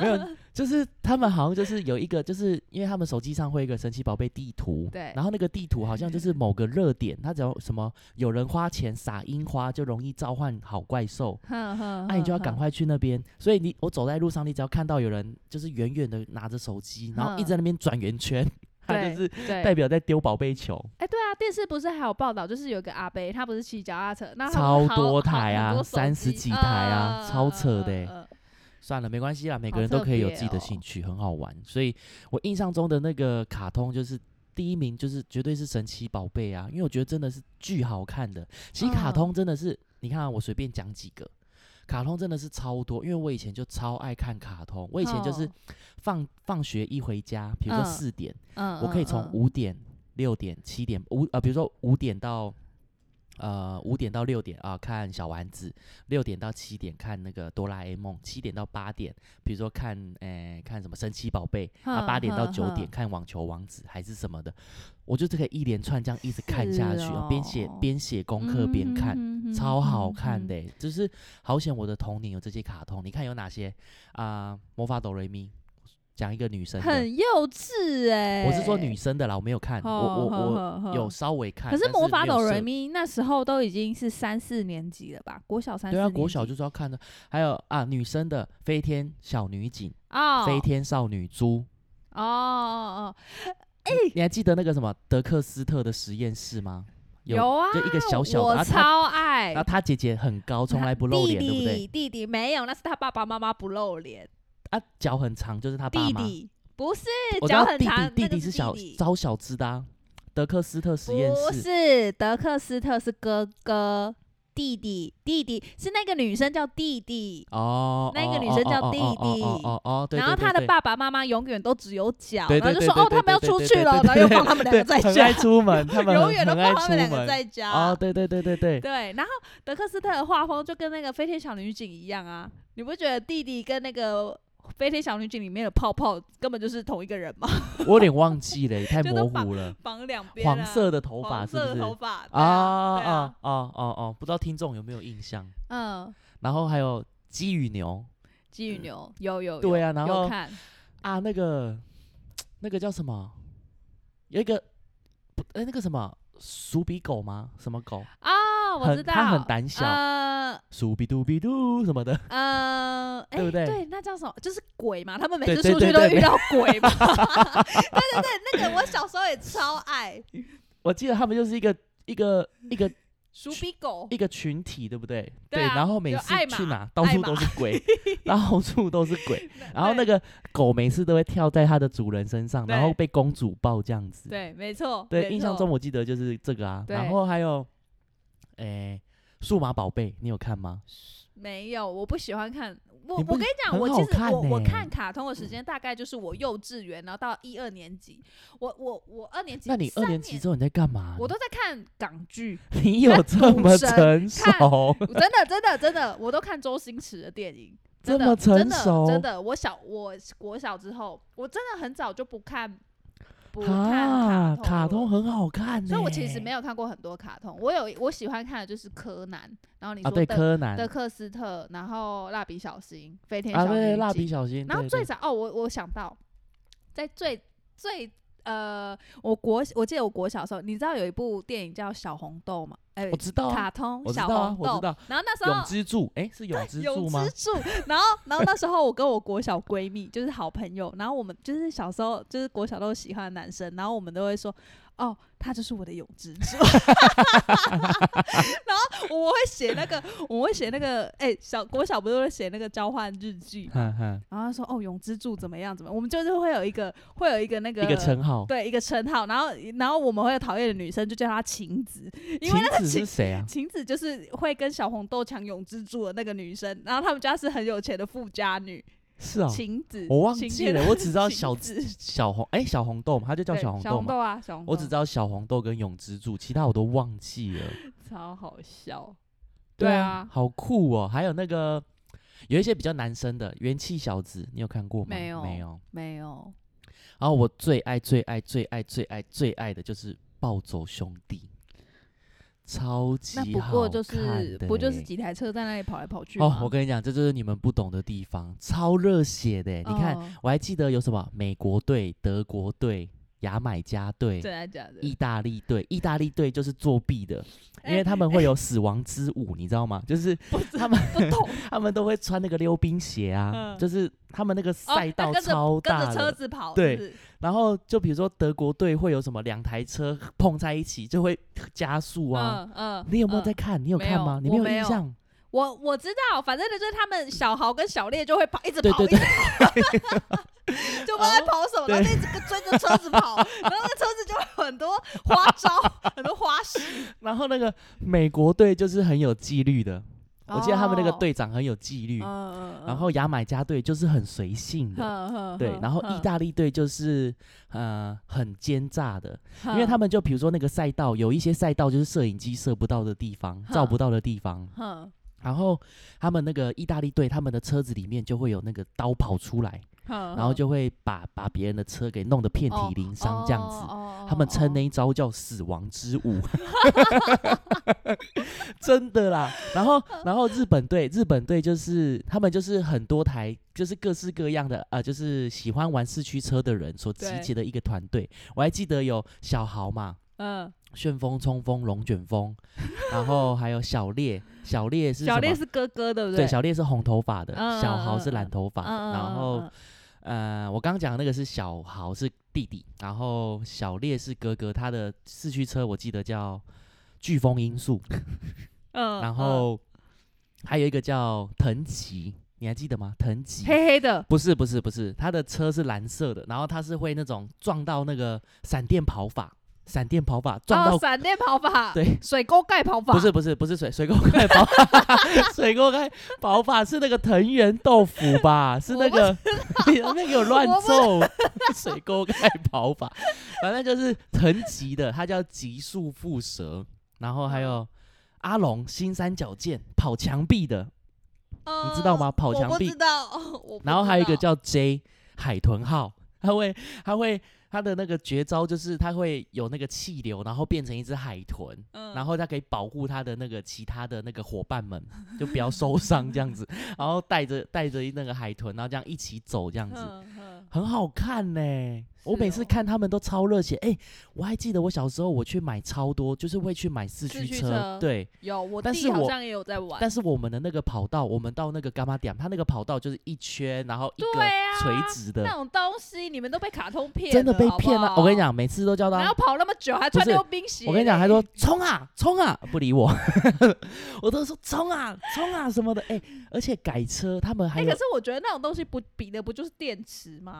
Speaker 2: 没有，就是他们好像就是有一个，就是因为他们手机上会有一个神奇宝贝地图，
Speaker 1: 对
Speaker 2: 然后那个地图好像就是某个热点，他只要什么有人花钱撒樱花，就容易召唤好怪兽。啊
Speaker 1: 哼哼，
Speaker 2: 那、你就要赶
Speaker 1: 哼。
Speaker 2: 快去那边，所以你我走在路上，你只要看到有人就是远远的拿着手机，然后一直
Speaker 1: 嗯
Speaker 2: 在那边转圆圈， 他
Speaker 1: 对
Speaker 2: 就是
Speaker 1: 对，
Speaker 2: 代表在丢宝贝球，
Speaker 1: 哎，对啊，电视不是还有报道，就是有一个阿伯，他不是骑脚踏车，那他
Speaker 2: 超
Speaker 1: 好
Speaker 2: 多
Speaker 1: 好
Speaker 2: 台
Speaker 1: 很
Speaker 2: 啊
Speaker 1: 多手
Speaker 2: 30
Speaker 1: 机
Speaker 2: 几台啊
Speaker 1: 嗯
Speaker 2: 超扯的
Speaker 1: 嗯
Speaker 2: 欸
Speaker 1: 嗯嗯
Speaker 2: 算了，没关系啦，每个
Speaker 1: 好
Speaker 2: 人都
Speaker 1: 特
Speaker 2: 可以有
Speaker 1: 别
Speaker 2: 自己的
Speaker 1: 哦
Speaker 2: 兴趣，很好玩。所以我印象中的那个卡通就是第一名，就是绝对是神奇宝贝啊，因为我觉得真的是巨好看的。其实卡
Speaker 1: 嗯
Speaker 2: 通真的是，你看、啊、我随便讲几个，卡通真的是超多，因为我以前就超爱看卡通，我以前就是
Speaker 1: 哦
Speaker 2: 放放学一回家，比如说
Speaker 1: 嗯
Speaker 2: 四点，
Speaker 1: 嗯，
Speaker 2: 我可以从
Speaker 1: 嗯
Speaker 2: 五点、六点、七点五呃，比如说五点到呃五点到六点啊、看小丸子，六点到七点看那个哆啦 A 梦，七点到八点，比如说看诶、看什么神奇宝贝啊，
Speaker 1: 哼
Speaker 2: 八点到
Speaker 1: 哼
Speaker 2: 九点
Speaker 1: 哼
Speaker 2: 看网球王子还是什么的，我就这个一连串这样一直看下
Speaker 1: 是
Speaker 2: 去，哦边写
Speaker 1: 哦
Speaker 2: 边写功课边看。
Speaker 1: 嗯哼
Speaker 2: 超好
Speaker 1: 嗯哼
Speaker 2: 看
Speaker 1: 嗯
Speaker 2: 的、欸就是好险我的童年有这些卡通。你看有哪些啊、魔法哆瑞咪，讲一个女生的，
Speaker 1: 很幼稚哎、
Speaker 2: 我是说女生的啦，我没有看，
Speaker 1: 呵，
Speaker 2: 我我
Speaker 1: 我
Speaker 2: 我有。稍微看，
Speaker 1: 可是
Speaker 2: 但
Speaker 1: 魔法
Speaker 2: 没有
Speaker 1: 斗人
Speaker 2: 深
Speaker 1: 咪那时候都已经是三四年级了吧？国小三四
Speaker 2: 对啊，
Speaker 1: 年级
Speaker 2: 国小就是要看的，还有啊，女生的飞天小女警、
Speaker 1: 哦
Speaker 2: 飞天少女猪，
Speaker 1: 哦哦哦，
Speaker 2: 你还记得那个什么德克斯特的实验室吗？
Speaker 1: 有啊，
Speaker 2: 就一个小小的，
Speaker 1: 我
Speaker 2: 然后她
Speaker 1: 超爱
Speaker 2: 然后。她姐姐很高，从来不露
Speaker 1: 弟
Speaker 2: 脸，对
Speaker 1: 弟
Speaker 2: 不对？
Speaker 1: 弟弟没有，那是他爸爸妈妈不露脸。
Speaker 2: 啊，脚很长就是她爸
Speaker 1: 弟
Speaker 2: 妈，
Speaker 1: 弟不是
Speaker 2: 我知
Speaker 1: 脚
Speaker 2: 道
Speaker 1: 很
Speaker 2: 弟
Speaker 1: 长，那
Speaker 2: 弟弟
Speaker 1: 个
Speaker 2: 弟是小
Speaker 1: 弟弟
Speaker 2: 招小只的啊，德克斯特实验
Speaker 1: 不
Speaker 2: 室，
Speaker 1: 是德克斯特是哥哥，弟弟弟弟是那个女生叫弟弟，
Speaker 2: 哦，
Speaker 1: 那个
Speaker 2: 哦
Speaker 1: 女
Speaker 2: 哦
Speaker 1: 生
Speaker 2: 哦
Speaker 1: 叫
Speaker 2: 哦
Speaker 1: 弟
Speaker 2: 哦哦
Speaker 1: 弟
Speaker 2: 哦哦哦，对
Speaker 1: 然后
Speaker 2: 对
Speaker 1: 他
Speaker 2: 对
Speaker 1: 的爸爸妈妈永远都只有脚，
Speaker 2: 对
Speaker 1: 然后
Speaker 2: 对
Speaker 1: 就
Speaker 2: 对
Speaker 1: 说
Speaker 2: 对
Speaker 1: 哦
Speaker 2: 对
Speaker 1: 他们要
Speaker 2: 对
Speaker 1: 出
Speaker 2: 对
Speaker 1: 去
Speaker 2: 对
Speaker 1: 了，
Speaker 2: 对
Speaker 1: 然后又
Speaker 2: 对
Speaker 1: 放他们两个在
Speaker 2: 很
Speaker 1: 家，
Speaker 2: 爱出门，他 们
Speaker 1: 永远都
Speaker 2: 很
Speaker 1: 放
Speaker 2: 爱
Speaker 1: 他们两
Speaker 2: 出
Speaker 1: 个
Speaker 2: 门。
Speaker 1: 在家。
Speaker 2: 哦，对对对对对，
Speaker 1: 对，然后德克斯特的画风就跟那个飞天小女警一样啊，你不觉得弟弟跟那个飞天小女警里面的泡泡根本就是同一个人吗？
Speaker 2: 我有点忘记了，太
Speaker 1: 就
Speaker 2: 模
Speaker 1: 都绑
Speaker 2: 糊了。
Speaker 1: 绑两边、啊，
Speaker 2: 黄色的头发
Speaker 1: 黄
Speaker 2: 是不
Speaker 1: 色
Speaker 2: 是
Speaker 1: 的？头发对
Speaker 2: 啊
Speaker 1: 啊对
Speaker 2: 啊啊啊啊！不知道听众有没有印象？
Speaker 1: 嗯，
Speaker 2: 然后还有鸡与牛
Speaker 1: 鸡与牛有有有
Speaker 2: 对啊然后
Speaker 1: 有看
Speaker 2: 啊，那个那个叫什么？有一个不，哎，那个什么鼠比狗吗？什么狗？
Speaker 1: 啊，我
Speaker 2: 很
Speaker 1: 知道，
Speaker 2: 他很胆小
Speaker 1: 呃
Speaker 2: 鼠比嘟比嘟什么的，
Speaker 1: 呃，哎、
Speaker 2: 对不对
Speaker 1: 对，那叫什么？就是鬼嘛，他们每
Speaker 2: 对
Speaker 1: 次
Speaker 2: 对
Speaker 1: 出去
Speaker 2: 对
Speaker 1: 都
Speaker 2: 对
Speaker 1: 遇到鬼 嘛。对对对，那个我小时候也超 爱，
Speaker 2: 我记得他们就是一个一个一个
Speaker 1: 鼠比狗
Speaker 2: 一。个群体，对不对？
Speaker 1: 对啊
Speaker 2: 然后每
Speaker 1: 有
Speaker 2: 次
Speaker 1: 艾
Speaker 2: 去
Speaker 1: 玛
Speaker 2: 哪，到
Speaker 1: 艾
Speaker 2: 处
Speaker 1: 玛
Speaker 2: 都是 鬼，到处都是鬼。然后那
Speaker 1: 对
Speaker 2: 个狗每次都会跳在它的主人身上，然后
Speaker 1: 对
Speaker 2: 被公主抱这样子。
Speaker 1: 对，没错，
Speaker 2: 对，
Speaker 1: 没
Speaker 2: 印象
Speaker 1: 错
Speaker 2: 中我记得就是这个啊。然
Speaker 1: 对
Speaker 2: 后还有，诶，数码宝贝，你有看吗？
Speaker 1: 没有，我不喜欢看。我
Speaker 2: 你
Speaker 1: 我
Speaker 2: 不
Speaker 1: 跟你讲，
Speaker 2: 很
Speaker 1: 我
Speaker 2: 好
Speaker 1: 其实
Speaker 2: 看
Speaker 1: 我我
Speaker 2: 呢嗯
Speaker 1: 看卡通的时间大概就是我幼稚园，然后到一二年级。我我我二年级，
Speaker 2: 那你二
Speaker 1: 三
Speaker 2: 年级之后你在干嘛？
Speaker 1: 我都在看港剧，
Speaker 2: 你有
Speaker 1: 看
Speaker 2: 这
Speaker 1: 赌
Speaker 2: 么
Speaker 1: 神
Speaker 2: 成
Speaker 1: 看
Speaker 2: 熟？
Speaker 1: 真的真的真的，我都看周星驰的电影。真
Speaker 2: 这
Speaker 1: 的
Speaker 2: 么成
Speaker 1: 真的
Speaker 2: 熟
Speaker 1: 真的，我小我国小之后，我真的很早就不看不
Speaker 2: 啊
Speaker 1: 看，
Speaker 2: 卡
Speaker 1: 通
Speaker 2: 通
Speaker 1: 了。
Speaker 2: 很好看呢。
Speaker 1: 所以，我其实没有看过很多卡通。我有我喜欢看的就是柯南，然后你
Speaker 2: 啊，
Speaker 1: 说
Speaker 2: 对，
Speaker 1: 德
Speaker 2: 柯南
Speaker 1: 德克斯特，然后蜡笔小新、飞天
Speaker 2: 啊，
Speaker 1: 小女
Speaker 2: 对，
Speaker 1: 警、
Speaker 2: 蜡笔小新。
Speaker 1: 然后
Speaker 2: 对
Speaker 1: 最
Speaker 2: 对
Speaker 1: 早哦，我我想到，在最最呃，我国我记得我国小的时候，你知道有一部电影叫《小红豆》吗？哎、
Speaker 2: 我知道啊
Speaker 1: 卡，通
Speaker 2: 我知
Speaker 1: 小
Speaker 2: 道啊
Speaker 1: 红
Speaker 2: 我知
Speaker 1: 豆
Speaker 2: 道。
Speaker 1: 然后那时
Speaker 2: 永
Speaker 1: 候。
Speaker 2: 之助，诶，是永之
Speaker 1: 永
Speaker 2: 助吗
Speaker 1: 之？助，然后，然后那时候我跟我国小闺蜜就是好朋友，然后我们就是小时候就是国小都有喜欢的男生，然后我们都会说，哦，他就是我的永之助， 然后我会写那个，我会写那个，哎、小国小不是会写那个交换日记吗
Speaker 2: 哈哈，
Speaker 1: 然后他说哦，永之助怎么样怎么样，我们就是会有一个会有一个那个
Speaker 2: 一个称号。
Speaker 1: 对一个称号，然后然后我们会讨厌的女生就叫她晴子，因为
Speaker 2: 晴
Speaker 1: 那个
Speaker 2: 子是
Speaker 1: 晴
Speaker 2: 谁啊？
Speaker 1: 晴子就是会跟小红豆抢永之助的那个女生，然后他们家是很有钱的富家女，
Speaker 2: 是啊，
Speaker 1: 晴子，
Speaker 2: 我忘
Speaker 1: 晴
Speaker 2: 记
Speaker 1: 天
Speaker 2: 了，
Speaker 1: 的
Speaker 2: 我只知 道
Speaker 1: 晴
Speaker 2: 小
Speaker 1: 子
Speaker 2: 小红，诶，小红豆嘛，他就叫
Speaker 1: 对
Speaker 2: 小红豆嘛。
Speaker 1: 啊，小红豆，
Speaker 2: 我只知道小红豆跟永之助，其他我都忘记了。
Speaker 1: 超好笑，
Speaker 2: 对
Speaker 1: 对啊
Speaker 2: 好酷哦！还有那个有一些比较男生的元气小子，你有看过吗？
Speaker 1: 没有
Speaker 2: 没有。
Speaker 1: 没有
Speaker 2: 然后我最爱最爱最爱最爱最爱的就是暴走兄弟，超级
Speaker 1: 那不
Speaker 2: 好
Speaker 1: 过就
Speaker 2: 看
Speaker 1: 是
Speaker 2: 的
Speaker 1: 不就是
Speaker 2: 欸
Speaker 1: 几台车在那里跑来跑去
Speaker 2: 哦
Speaker 1: 吗，
Speaker 2: 我跟你讲，这就是你们不懂的地方，超热血的欸。你看，
Speaker 1: 哦
Speaker 2: 我还记得有什么美国队、德国队、牙买加队、
Speaker 1: 真的假的？
Speaker 2: 意大利队，意大利队就是作弊的，因为
Speaker 1: 哎
Speaker 2: 他们会有死亡之舞，你知道吗？就是他们
Speaker 1: 不懂
Speaker 2: 他们都会穿那个溜冰鞋啊，
Speaker 1: 嗯
Speaker 2: 就是他们那个
Speaker 1: 哦
Speaker 2: 赛
Speaker 1: 那
Speaker 2: 道
Speaker 1: 跟着
Speaker 2: 超
Speaker 1: 跟
Speaker 2: 大
Speaker 1: 着车
Speaker 2: 的。
Speaker 1: 子跑，
Speaker 2: 对
Speaker 1: 是不是
Speaker 2: 然后就比如说德国队会有什么两台车碰在一起就会加速啊，
Speaker 1: 嗯嗯，
Speaker 2: 你有没有
Speaker 1: 嗯
Speaker 2: 在看？你有
Speaker 1: 没
Speaker 2: 看
Speaker 1: 有
Speaker 2: 吗？你
Speaker 1: 我
Speaker 2: 没有
Speaker 1: 没
Speaker 2: 印
Speaker 1: 有
Speaker 2: 象？
Speaker 1: 我我知道，反正就是他们小豪跟小烈就会跑，一直
Speaker 2: 对
Speaker 1: 跑，
Speaker 2: 对
Speaker 1: 一直
Speaker 2: 对，哦
Speaker 1: 就不知道在跑什么，
Speaker 2: 对
Speaker 1: 然后就一直跟追着车子跑，然后那个车子就有很多 花招，很多花式。
Speaker 2: 然后那个美国队就是很有纪律的，我记得他们那个
Speaker 1: 哦
Speaker 2: 队长很有纪律，
Speaker 1: 嗯
Speaker 2: 然后牙买加队就是很随性的，
Speaker 1: 后
Speaker 2: 对，然后意大利队就是呃很奸诈的，因为他们就比如说那个赛道，有一些赛道就是摄影机射不到的地方，照不
Speaker 1: 哼
Speaker 2: 到的地方，
Speaker 1: 哼
Speaker 2: 然后他们那个意大利队，他们的车子里面就会有那个刀跑出来，
Speaker 1: 哼
Speaker 2: 然后就会把把别人的车给弄得遍体鳞
Speaker 1: 哦
Speaker 2: 伤这样子。他们称那一招叫“死亡之舞”， 真的啦。然后，然后日本队，日本队就是他们就是很多台，就是各式各样的呃，就是喜欢玩四驱车的人所集
Speaker 1: 对
Speaker 2: 结的一个团队。我还记得有小豪嘛，
Speaker 1: 嗯，
Speaker 2: 旋风、冲锋、龙卷 风，然后还有小烈，小烈是
Speaker 1: 小
Speaker 2: 什
Speaker 1: 烈
Speaker 2: 么
Speaker 1: 是哥哥，对不
Speaker 2: 对，
Speaker 1: 对，
Speaker 2: 小烈是红头发的，
Speaker 1: 嗯
Speaker 2: 小豪是
Speaker 1: 嗯
Speaker 2: 蓝头发的，
Speaker 1: 嗯
Speaker 2: 然后。
Speaker 1: 嗯
Speaker 2: 呃，我刚刚讲的那个是小豪是弟弟，然后小烈是哥哥，他的四驱车我记得叫飓风音速，
Speaker 1: 嗯，嗯
Speaker 2: 然后还有一个叫藤崎，你还记得吗？藤
Speaker 1: 嗯
Speaker 2: 崎。
Speaker 1: 黑黑的，
Speaker 2: 不是不是不是，他的车是蓝色的，然后他是会那种撞到那个闪电跑法，闪电跑法撞
Speaker 1: 然
Speaker 2: 到、
Speaker 1: 后哦闪电跑法，
Speaker 2: 对，
Speaker 1: 水沟盖跑法，
Speaker 2: 不是不是不是水水沟盖跑法， 水沟盖跑法是那个藤原豆腐吧？是那个你 那个有乱
Speaker 1: 我
Speaker 2: 揍水沟盖跑法，反正就是藤吉的，它叫极速蝮蛇，然后还有。阿龙新三角剑跑墙壁的，
Speaker 1: 嗯，
Speaker 2: 你知道吗跑墙
Speaker 1: 我不
Speaker 2: 壁
Speaker 1: 知道， 我不
Speaker 2: 然后还有一
Speaker 1: 知
Speaker 2: 个
Speaker 1: 道
Speaker 2: 叫 J 海豚号，他会他会他的那个绝招就是他会有那个气流，然后变成一只海豚，
Speaker 1: 嗯
Speaker 2: 然后他可以保护他的那个其他的那个伙伴们， 就不要受伤这样 子，然后带着带着那个海豚，然后这样一起走这样子，
Speaker 1: 嗯嗯
Speaker 2: 很好看呢、我
Speaker 1: 是
Speaker 2: 每次
Speaker 1: 哦
Speaker 2: 看他们都超热血，哎、我还记得我小时候我去买超多，就是会去买四
Speaker 1: 四
Speaker 2: 驱
Speaker 1: 驱
Speaker 2: 车，
Speaker 1: 车
Speaker 2: 对，
Speaker 1: 有，我
Speaker 2: 但
Speaker 1: 弟
Speaker 2: 是
Speaker 1: 好
Speaker 2: 我
Speaker 1: 像也有在玩，
Speaker 2: 但是我们的那个跑道，我们到那个伽马点，它那个跑道就是一圈，然后一个
Speaker 1: 对啊
Speaker 2: 垂直的，
Speaker 1: 那种东西你们都被卡通骗了，
Speaker 2: 真的被
Speaker 1: 好不
Speaker 2: 骗了、啊我跟你
Speaker 1: 好，
Speaker 2: 讲，每次都叫
Speaker 1: 然
Speaker 2: 他
Speaker 1: 后，跑那么久还
Speaker 2: 不
Speaker 1: 穿
Speaker 2: 是
Speaker 1: 溜冰鞋嘞，
Speaker 2: 我跟你讲，他说冲啊冲啊，不理我， 我都说冲啊冲啊什么的，哎、而且改车他们还
Speaker 1: 哎，
Speaker 2: 有、
Speaker 1: 可是我觉得那种东西不比的不就是电池吗？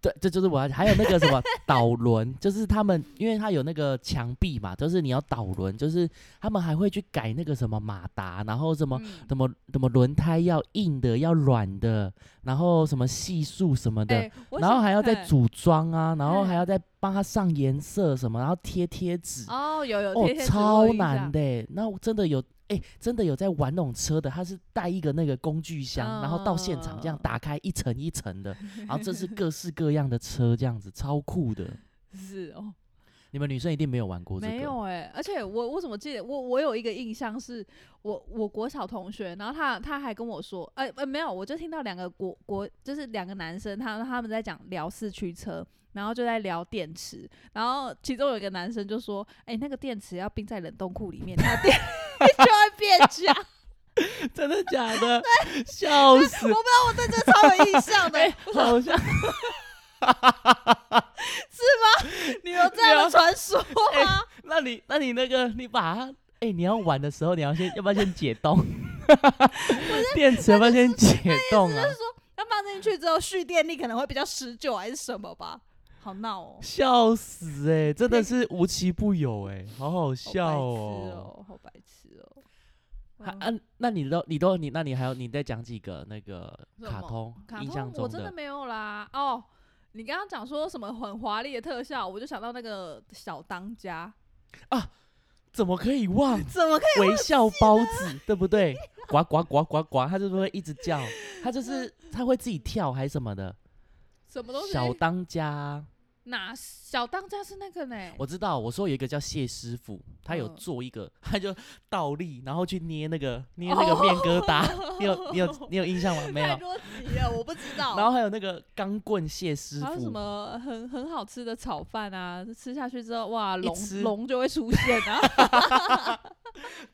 Speaker 2: 对，这就是我要还有那个什么导轮，就是他们因为他有那个墙壁嘛，就是你要导轮，就是他们还会去改那个什么马达，然后什么。
Speaker 1: 嗯
Speaker 2: 什么什么轮胎要硬的，要软的，然后什么系数什么的，
Speaker 1: 哎我
Speaker 2: 然后
Speaker 1: 想
Speaker 2: 还要再
Speaker 1: 嘿
Speaker 2: 组装啊，然后还
Speaker 1: 嘿
Speaker 2: 要再帮它上颜色什么，然后贴贴纸，
Speaker 1: 哦，有有
Speaker 2: 哦
Speaker 1: 贴贴，纸我
Speaker 2: 超
Speaker 1: 有印象
Speaker 2: 难的欸。那我真的有，哎、真的有在玩那种车的，他是带一个那个工具箱，然后到现场这样
Speaker 1: 嗯
Speaker 2: 打开一层一层 的，然后这是各式各样的车，这样子超酷的。
Speaker 1: 是哦，
Speaker 2: 你们女生一定没有玩过这个，
Speaker 1: 没有 哎、而且我我怎么记得我我有一个印象是我我国小同学，然后他他还跟我说，呃呃没有，我就听到两个国国就是两个男生，他他们在讲聊四驱车，然后就在聊电池，然后其中有一个男生就说，哎、那个电池要冰在冷冻库里面，它的电 就会变假。
Speaker 2: 真的假 的？笑 死！
Speaker 1: 我这这超有印象的，我说
Speaker 2: 好像
Speaker 1: 你有这样
Speaker 2: 你要
Speaker 1: 的传说吗？
Speaker 2: 那你那你那个你把它，哎、你要玩的时候，你要先要不要先解冻？电池要不要先解冻啊？
Speaker 1: 那放进去之后蓄电力可能会比较持久，还是什么吧？好闹哦。
Speaker 2: 笑死哎、真的
Speaker 1: 那
Speaker 2: 是无奇不有哎、好好
Speaker 1: 好
Speaker 2: 笑
Speaker 1: 白痴
Speaker 2: 哦。
Speaker 1: 哦，好白痴哦。
Speaker 2: 还
Speaker 1: 嗯
Speaker 2: 啊，那你都你都你那你还有你再讲几个那个
Speaker 1: 什
Speaker 2: 卡
Speaker 1: 么
Speaker 2: 通
Speaker 1: 卡
Speaker 2: 印
Speaker 1: 通
Speaker 2: 象
Speaker 1: 我
Speaker 2: 中
Speaker 1: 真的没有啦。哦，你刚刚讲说什么很华丽的特效，我就想到那个小当家，
Speaker 2: 怎么可以忘
Speaker 1: 怎么 可
Speaker 2: 微笑包子，对不对？呱呱呱呱呱，他就是会一直叫，他就是他会自己跳还是什么的。
Speaker 1: 以什么东西？
Speaker 2: 小当家，
Speaker 1: 哪小当家是那个呢？
Speaker 2: 我知道，我说有一个叫谢师傅，他有
Speaker 1: 嗯
Speaker 2: 做一个，他就倒立，然后去捏那个捏那个面疙瘩， 你有你有你有印象吗？没
Speaker 1: 哦太
Speaker 2: 有。
Speaker 1: 多集了，我不知道。
Speaker 2: 然后还有那个钢棍谢师
Speaker 1: 还有什
Speaker 2: 傅，
Speaker 1: 么很很好吃的炒饭啊？吃下去之后，哇，龙
Speaker 2: 吃
Speaker 1: 龙就会出现 啊！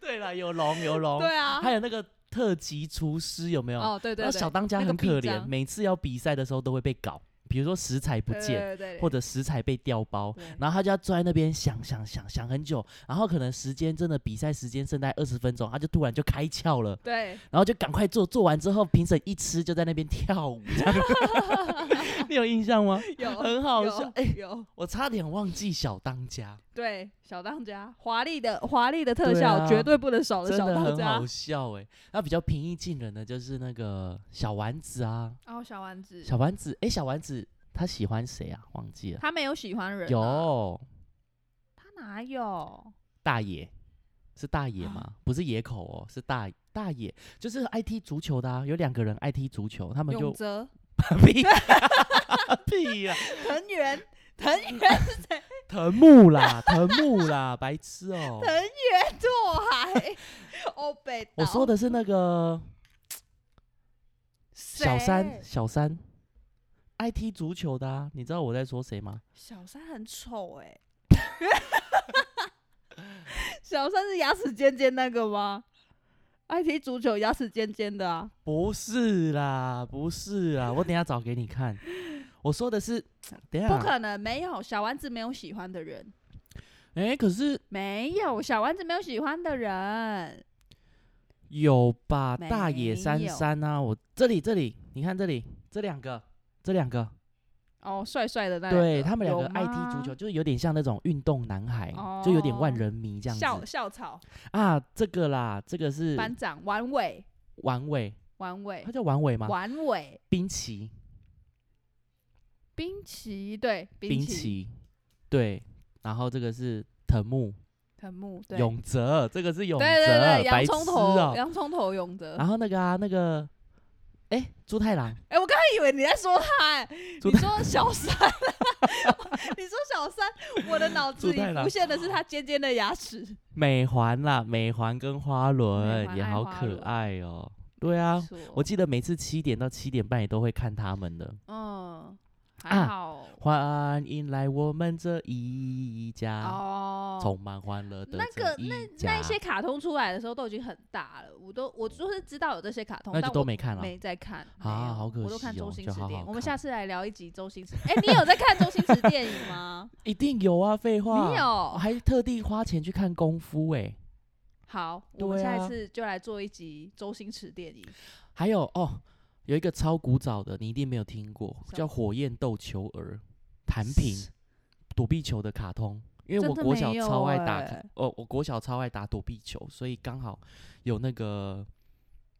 Speaker 2: 对啦，有龙有龙，
Speaker 1: 对啊，
Speaker 2: 还有那个特级厨师有没有？
Speaker 1: 哦，对对
Speaker 2: 然后
Speaker 1: 对，
Speaker 2: 小当家
Speaker 1: 那个
Speaker 2: 很可
Speaker 1: 臂
Speaker 2: 怜，
Speaker 1: 章
Speaker 2: 每次要比赛的时候都会被搞，比如说食材不见，
Speaker 1: 对对对，
Speaker 2: 或者食材被调包，
Speaker 1: 对
Speaker 2: 然后他就要坐在那边想想想想很久，然后可能时间真的比赛时间剩在二十分钟，他就突然就开窍了，
Speaker 1: 对，
Speaker 2: 然后就赶快做，做完之后评审一吃就在那边跳舞，这样你有印象吗？
Speaker 1: 有
Speaker 2: 很好笑
Speaker 1: 有，
Speaker 2: 哎、
Speaker 1: 有
Speaker 2: 我差点忘记小当家，
Speaker 1: 对小当家华丽的华丽的特
Speaker 2: 对
Speaker 1: 效、
Speaker 2: 啊
Speaker 1: 绝对不能少了哦
Speaker 2: 真
Speaker 1: 小
Speaker 2: 的
Speaker 1: 当
Speaker 2: 很
Speaker 1: 家
Speaker 2: 好。笑哎、那比较平易近人的就是那个小丸子啊，
Speaker 1: 然后哦小丸子
Speaker 2: 小丸子，哎、小丸子他喜欢谁啊？忘记了，
Speaker 1: 他没有喜欢人、，啊
Speaker 2: 啊有
Speaker 1: 他哪有？
Speaker 2: 大野，是大野吗？不是野口哦，是大大野，就是爱踢足球的啊，有两个人爱踢足球，他们就
Speaker 1: 永泽、
Speaker 2: 屁 屁呀、
Speaker 1: 藤原、藤原、
Speaker 2: 藤木啦，藤木啦， 白痴哦
Speaker 1: 藤！原拓海、欧北岛。
Speaker 2: 我说的是那个小
Speaker 1: 谁
Speaker 2: 三，小三爱踢足球的啊，你知道我在说谁吗？
Speaker 1: 小三很丑哎、 小三是牙齿尖尖那个吗？爱踢足球牙齿尖尖的啊，
Speaker 2: 不是啦，不是 啦，我等一下找给你看。我说的是，等一
Speaker 1: 不
Speaker 2: 下，
Speaker 1: 可能没有小丸子没有喜欢的人，
Speaker 2: 哎、可是
Speaker 1: 没有小丸子没有喜欢的人，
Speaker 2: 有吧？大
Speaker 1: 没
Speaker 2: 野三
Speaker 1: 有
Speaker 2: 山啊，我这里这里，你看这里这两个，这两个，
Speaker 1: 哦，帅帅的那两个
Speaker 2: 对他们两
Speaker 1: 有
Speaker 2: 个爱踢足
Speaker 1: 吗
Speaker 2: 球，就是有点像那种运动男孩，就有点万
Speaker 1: 哦
Speaker 2: 人迷这样
Speaker 1: 校
Speaker 2: 子
Speaker 1: 校草
Speaker 2: 啊。这个啦，这个是
Speaker 1: 班长丸尾
Speaker 2: 丸尾，
Speaker 1: 丸尾
Speaker 2: 他叫丸尾吗？
Speaker 1: 丸尾
Speaker 2: 冰崎，
Speaker 1: 冰崎对
Speaker 2: 冰
Speaker 1: 崎
Speaker 2: 崎，对，然后这个是藤木
Speaker 1: 藤木对
Speaker 2: 永泽，这个是永
Speaker 1: 对
Speaker 2: 泽，
Speaker 1: 对对洋
Speaker 2: 白痴
Speaker 1: 葱头、
Speaker 2: 哦。
Speaker 1: 洋葱头永泽，哎、
Speaker 2: 然后那个啊，那个，哎，猪太郎，
Speaker 1: 我刚才以为你在说他、哎，
Speaker 2: 猪
Speaker 1: 你
Speaker 2: 太
Speaker 1: 说小三，你说小三，我的脑子
Speaker 2: 猪太
Speaker 1: 里
Speaker 2: 郎
Speaker 1: 浮现的是他尖尖的牙齿，
Speaker 2: 美环啦，美环跟花轮
Speaker 1: 环
Speaker 2: 也
Speaker 1: 爱
Speaker 2: 好
Speaker 1: 花
Speaker 2: 可
Speaker 1: 轮
Speaker 2: 爱哦。对啊，
Speaker 1: 没错
Speaker 2: 我记得每次七点到七点半也都会看他们的。
Speaker 1: 嗯还
Speaker 2: 啊
Speaker 1: 好、
Speaker 2: 欢迎来我们这一家，
Speaker 1: 哦，
Speaker 2: 充满欢乐的
Speaker 1: 那
Speaker 2: 这
Speaker 1: 个
Speaker 2: 一
Speaker 1: 那
Speaker 2: 家
Speaker 1: 一些卡通出来的时候都已经很大了，我都我就是知道有这些卡通，
Speaker 2: 那
Speaker 1: 但
Speaker 2: 就
Speaker 1: 我
Speaker 2: 都没看了。
Speaker 1: 没在看
Speaker 2: 啊
Speaker 1: 没有
Speaker 2: 好可
Speaker 1: 我都看
Speaker 2: 惜
Speaker 1: 周
Speaker 2: 哦
Speaker 1: 星
Speaker 2: 就
Speaker 1: 驰
Speaker 2: 好
Speaker 1: 电影。
Speaker 2: 好
Speaker 1: 我们
Speaker 2: 看
Speaker 1: 下次来聊一集周星 驰。哎、你有在看周星驰电影吗？
Speaker 2: 一定有啊，废话。
Speaker 1: 没
Speaker 2: 我
Speaker 1: 有。
Speaker 2: 还特地花钱去看功夫哎、
Speaker 1: 好，我们
Speaker 2: 对
Speaker 1: 下一
Speaker 2: 啊
Speaker 1: 次就来做一集周星驰电影。
Speaker 2: 还有哦，有一个超古早的，你一定没有听过，
Speaker 1: 什
Speaker 2: 叫《火焰斗球儿》，弹屏躲避球的卡通。因为我
Speaker 1: 真的
Speaker 2: 国小
Speaker 1: 没有
Speaker 2: 超爱打，
Speaker 1: 欸
Speaker 2: 哦，我国小超爱打躲避球，所以刚好有那个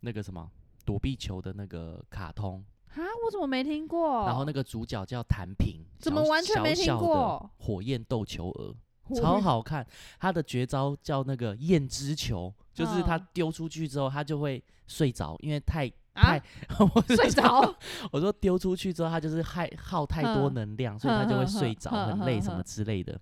Speaker 2: 那个什么躲避球的那个卡通，
Speaker 1: 啊，我怎么没听过？
Speaker 2: 然后那个主角叫弹屏，
Speaker 1: 哦怎么
Speaker 2: 小
Speaker 1: 完全没听？
Speaker 2: 小小的
Speaker 1: 过？
Speaker 2: 火焰斗球儿，
Speaker 1: 我
Speaker 2: 超
Speaker 1: 没
Speaker 2: 好看。他的绝招叫那个燕之球，就是他
Speaker 1: 嗯
Speaker 2: 丢出去之后，他就会睡着，因为太太、
Speaker 1: 啊，
Speaker 2: 我是
Speaker 1: 睡 着。
Speaker 2: 我说丢出去之后，他就是害耗太多
Speaker 1: 嗯
Speaker 2: 能量，所以他就会
Speaker 1: 哼哼
Speaker 2: 睡着、
Speaker 1: 哼
Speaker 2: 很
Speaker 1: 哼
Speaker 2: 累什么
Speaker 1: 哼
Speaker 2: 之类的。，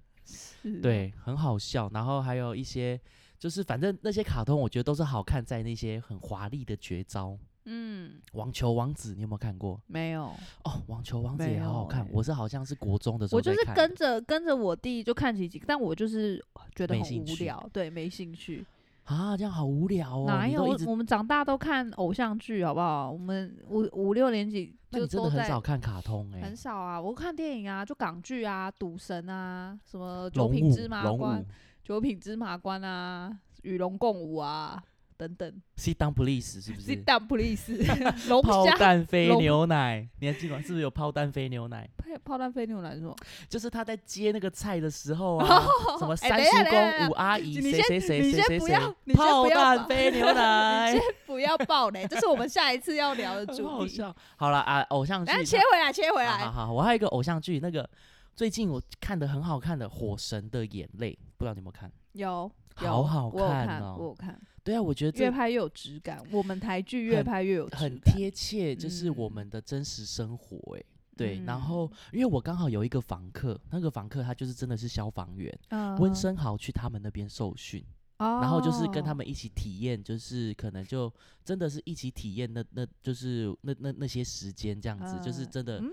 Speaker 2: 对，很好笑。然后还有一些，就是反正那些卡通，我觉得都是好看在那些很华丽的绝招。
Speaker 1: 嗯，
Speaker 2: 网球王子，你有没有看过？
Speaker 1: 没有，
Speaker 2: 哦，网球王子
Speaker 1: 没
Speaker 2: 也好好
Speaker 1: 有
Speaker 2: 看。
Speaker 1: 欸
Speaker 2: 我是好像是国中的时候
Speaker 1: 我就
Speaker 2: 在
Speaker 1: 是
Speaker 2: 看
Speaker 1: 跟着跟着我弟就看几集，但我就是觉得
Speaker 2: 没
Speaker 1: 很
Speaker 2: 兴
Speaker 1: 无
Speaker 2: 趣
Speaker 1: 聊，对，没兴趣。
Speaker 2: 啊，这样好无聊哦。
Speaker 1: 哪
Speaker 2: 你
Speaker 1: 有
Speaker 2: 都一
Speaker 1: 我
Speaker 2: 直，
Speaker 1: 我们长大都看偶像剧，好不好？我们五五六年级
Speaker 2: 那
Speaker 1: 就
Speaker 2: 你真
Speaker 1: 都
Speaker 2: 的
Speaker 1: 在
Speaker 2: 很少看卡通哎、
Speaker 1: 很少啊，我看电影啊，就港剧啊，赌神啊，什么九
Speaker 2: 龙
Speaker 1: 品
Speaker 2: 舞
Speaker 1: 芝，麻
Speaker 2: 龙
Speaker 1: 官
Speaker 2: 舞，
Speaker 1: 九品芝麻官啊，与龙共舞啊，等等。
Speaker 2: ，Sit down please，是不
Speaker 1: Sit
Speaker 2: 是？
Speaker 1: down please，龙
Speaker 2: 炮
Speaker 1: 虾
Speaker 2: 弹飞
Speaker 1: 龙
Speaker 2: 牛奶，你还记得吗？是不是有炮弹飞牛奶？
Speaker 1: 配 炮弹飞牛奶是什么？
Speaker 2: 就是他在接那个菜的时 候啊，什么
Speaker 1: 哎
Speaker 2: 三
Speaker 1: 等一下
Speaker 2: 叔
Speaker 1: 等一下等一
Speaker 2: 公
Speaker 1: 下
Speaker 2: 五阿姨，
Speaker 1: 你
Speaker 2: 谁谁谁
Speaker 1: 你
Speaker 2: 谁
Speaker 1: 先
Speaker 2: 谁
Speaker 1: 不
Speaker 2: 谁
Speaker 1: 要，你先
Speaker 2: 炮
Speaker 1: 不要
Speaker 2: 弹
Speaker 1: 把
Speaker 2: 飞牛奶
Speaker 1: 先，不要爆雷，这是我们下一次要聊的
Speaker 2: 很
Speaker 1: 主
Speaker 2: 好
Speaker 1: 题。
Speaker 2: 笑。好了啊，偶像剧
Speaker 1: 然后
Speaker 2: 它，
Speaker 1: 切回来，切回
Speaker 2: 好
Speaker 1: 来。
Speaker 2: 好好，我还有一个偶像剧，那个最近我看的很好看的《火神的眼泪》，不知道你有没有看？
Speaker 1: 有，有
Speaker 2: 好好
Speaker 1: 我有
Speaker 2: 看
Speaker 1: 看，
Speaker 2: 哦
Speaker 1: 我有看，
Speaker 2: 对啊，我觉得
Speaker 1: 越
Speaker 2: 这
Speaker 1: 拍越有质感。我们台剧越
Speaker 2: 很
Speaker 1: 拍越有质
Speaker 2: 很
Speaker 1: 感。
Speaker 2: 贴切，就是我
Speaker 1: 嗯
Speaker 2: 们的真实生活哎。对，然
Speaker 1: 嗯
Speaker 2: 后因为我刚好有一个房客，那个房客他就是真的是消防员，
Speaker 1: 嗯哦
Speaker 2: 温
Speaker 1: 哼，
Speaker 2: 升豪去他们那边受训，
Speaker 1: 然
Speaker 2: 然后就是跟他们一起体验，就是可能就真的是一起体验那那就是那那那些时间这样子，就是
Speaker 1: 嗯
Speaker 2: 真的。啊
Speaker 1: 嗯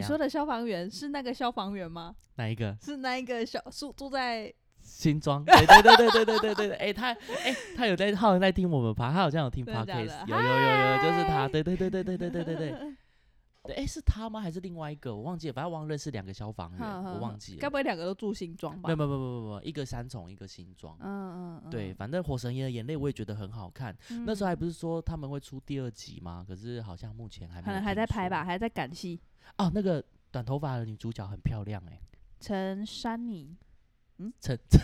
Speaker 1: 你
Speaker 2: 样
Speaker 1: 说的消防员是那个消防员吗？
Speaker 2: 哪一个
Speaker 1: 是那一个小住住在
Speaker 2: 新装？对对对对对对对对对，哎、他哎、他有在，他好像在听我们爬，他好像有听
Speaker 1: 真的假的
Speaker 2: podcast，有有有有，就是他，
Speaker 1: 嗨
Speaker 2: 对对对对对对对对对。对，哎，是他吗？还是另外一个？我忘记了，反正忘了认识两个消防员，
Speaker 1: 哼
Speaker 2: 我
Speaker 1: 哼
Speaker 2: 忘
Speaker 1: 哼
Speaker 2: 记
Speaker 1: 该
Speaker 2: 了。
Speaker 1: 不会两个都住新庄吧
Speaker 2: 没有？没有没有没有没有，一个三重，一个新庄。
Speaker 1: 嗯嗯嗯，
Speaker 2: 对，反正《火神爷的眼泪》我也觉得很好看。那时候还不是说他们会出第二集吗？可是好像目前还没
Speaker 1: 可
Speaker 2: 有
Speaker 1: 能还
Speaker 2: 听
Speaker 1: 在拍
Speaker 2: 说
Speaker 1: 吧，。还在赶戏。
Speaker 2: 哦，那个短头发的女主角很漂亮哎、
Speaker 1: 陈珊妮，
Speaker 2: 陈陈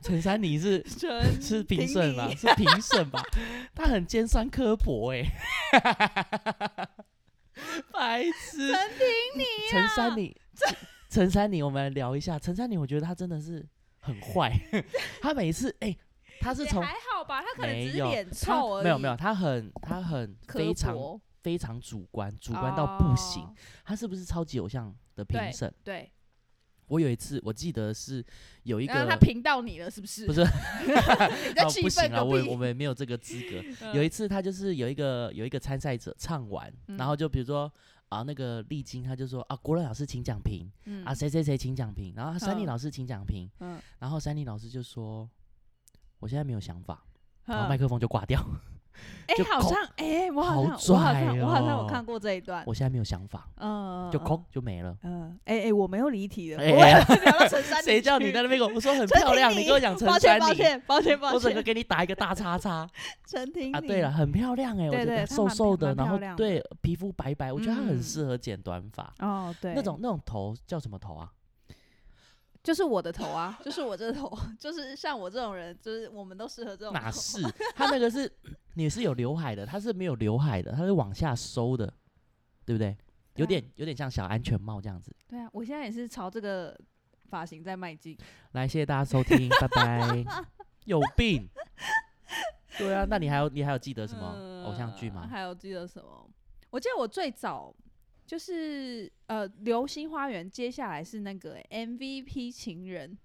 Speaker 2: 陈珊妮 是
Speaker 1: 陈
Speaker 2: 是评审吧？
Speaker 1: 妮
Speaker 2: 是评审吧？她很尖酸刻薄哎、白痴！
Speaker 1: 陈啊婷妮，
Speaker 2: 陈珊妮，陈珊妮，我们来聊一下陈珊妮。我觉得她真的是很坏，她每一次哎、她是
Speaker 1: 也
Speaker 2: 从
Speaker 1: 还好吧，他可能只
Speaker 2: 没
Speaker 1: 是
Speaker 2: 有
Speaker 1: 脸
Speaker 2: 她
Speaker 1: 臭而已，
Speaker 2: 没有没有，她很她很
Speaker 1: 刻薄，
Speaker 2: 非常非常主观，主观到不行。
Speaker 1: 哦
Speaker 2: 她是不是超级偶像的评
Speaker 1: 对
Speaker 2: 审？
Speaker 1: 对，
Speaker 2: 我有一次我记得是有一个
Speaker 1: 然后他评 到你了是不是？
Speaker 2: 不是
Speaker 1: 你在
Speaker 2: 啊
Speaker 1: 气
Speaker 2: 不行
Speaker 1: 愤
Speaker 2: 了，
Speaker 1: 个
Speaker 2: 我也我
Speaker 1: 屁！
Speaker 2: 们也没有这个资格。
Speaker 1: 嗯
Speaker 2: 有一次他就是有一个有一个参赛者唱完，然
Speaker 1: 嗯
Speaker 2: 后就比如说啊那个丽晶，他就说啊国伦老师请讲评
Speaker 1: 嗯
Speaker 2: 啊谁谁谁请讲评，然后珊妮
Speaker 1: 嗯
Speaker 2: 老师请讲评，
Speaker 1: 嗯，
Speaker 2: 然后珊妮老师就说我现在没有想法，然后哦麦
Speaker 1: 哎，
Speaker 2: 克风就挂掉，就
Speaker 1: 好
Speaker 2: 空
Speaker 1: 像哎，我好
Speaker 2: 好
Speaker 1: 像我好像
Speaker 2: 拽
Speaker 1: 我好像
Speaker 2: 哦
Speaker 1: 有看过这一段，
Speaker 2: 我现在没有想法，
Speaker 1: 嗯，
Speaker 2: 就
Speaker 1: 嗯
Speaker 2: 空，就没了。
Speaker 1: 嗯，哎哎，我没有离题的，
Speaker 2: 哎
Speaker 1: 我
Speaker 2: 哎
Speaker 1: 要聊到陈珊妮去，
Speaker 2: 谁叫你在那边跟我我说 很
Speaker 1: 陈
Speaker 2: 漂
Speaker 1: 婷
Speaker 2: 亮？你
Speaker 1: 妮
Speaker 2: 跟我讲陈
Speaker 1: 抱
Speaker 2: 珊
Speaker 1: 歉
Speaker 2: 妮，
Speaker 1: 抱歉抱歉抱
Speaker 2: 我整
Speaker 1: 歉，
Speaker 2: 个给你打一个大叉叉。
Speaker 1: 陈婷
Speaker 2: 啊，对了，，很漂亮哎、我
Speaker 1: 对
Speaker 2: 觉得
Speaker 1: 对
Speaker 2: 她
Speaker 1: 她
Speaker 2: 瘦
Speaker 1: 蛮漂
Speaker 2: 瘦的，
Speaker 1: 蛮
Speaker 2: 然
Speaker 1: 漂
Speaker 2: 后
Speaker 1: 亮的
Speaker 2: 对皮肤白白，我觉得她很
Speaker 1: 嗯
Speaker 2: 适合剪短发。
Speaker 1: 哦对，
Speaker 2: 那种那种头叫什么头啊？
Speaker 1: 就是我的头啊，就是我这头，就是像我这种人，就是我们都适合这种头。
Speaker 2: 哪是？她那个是你是有刘海的，她是没有刘海的，她是往下收的，对不对？有
Speaker 1: 对啊
Speaker 2: 点有点像小安全帽这样子。
Speaker 1: 对啊，我现在也是朝这个发型在迈进。
Speaker 2: 来，谢谢大家收听，拜 拜。有病。对啊，那你还有你还有记得什么偶像剧
Speaker 1: 嗯
Speaker 2: 吗？
Speaker 1: 还有记得什么？我记得我最早就是呃，《流星花园》，接下来是那个欸、MVP 情人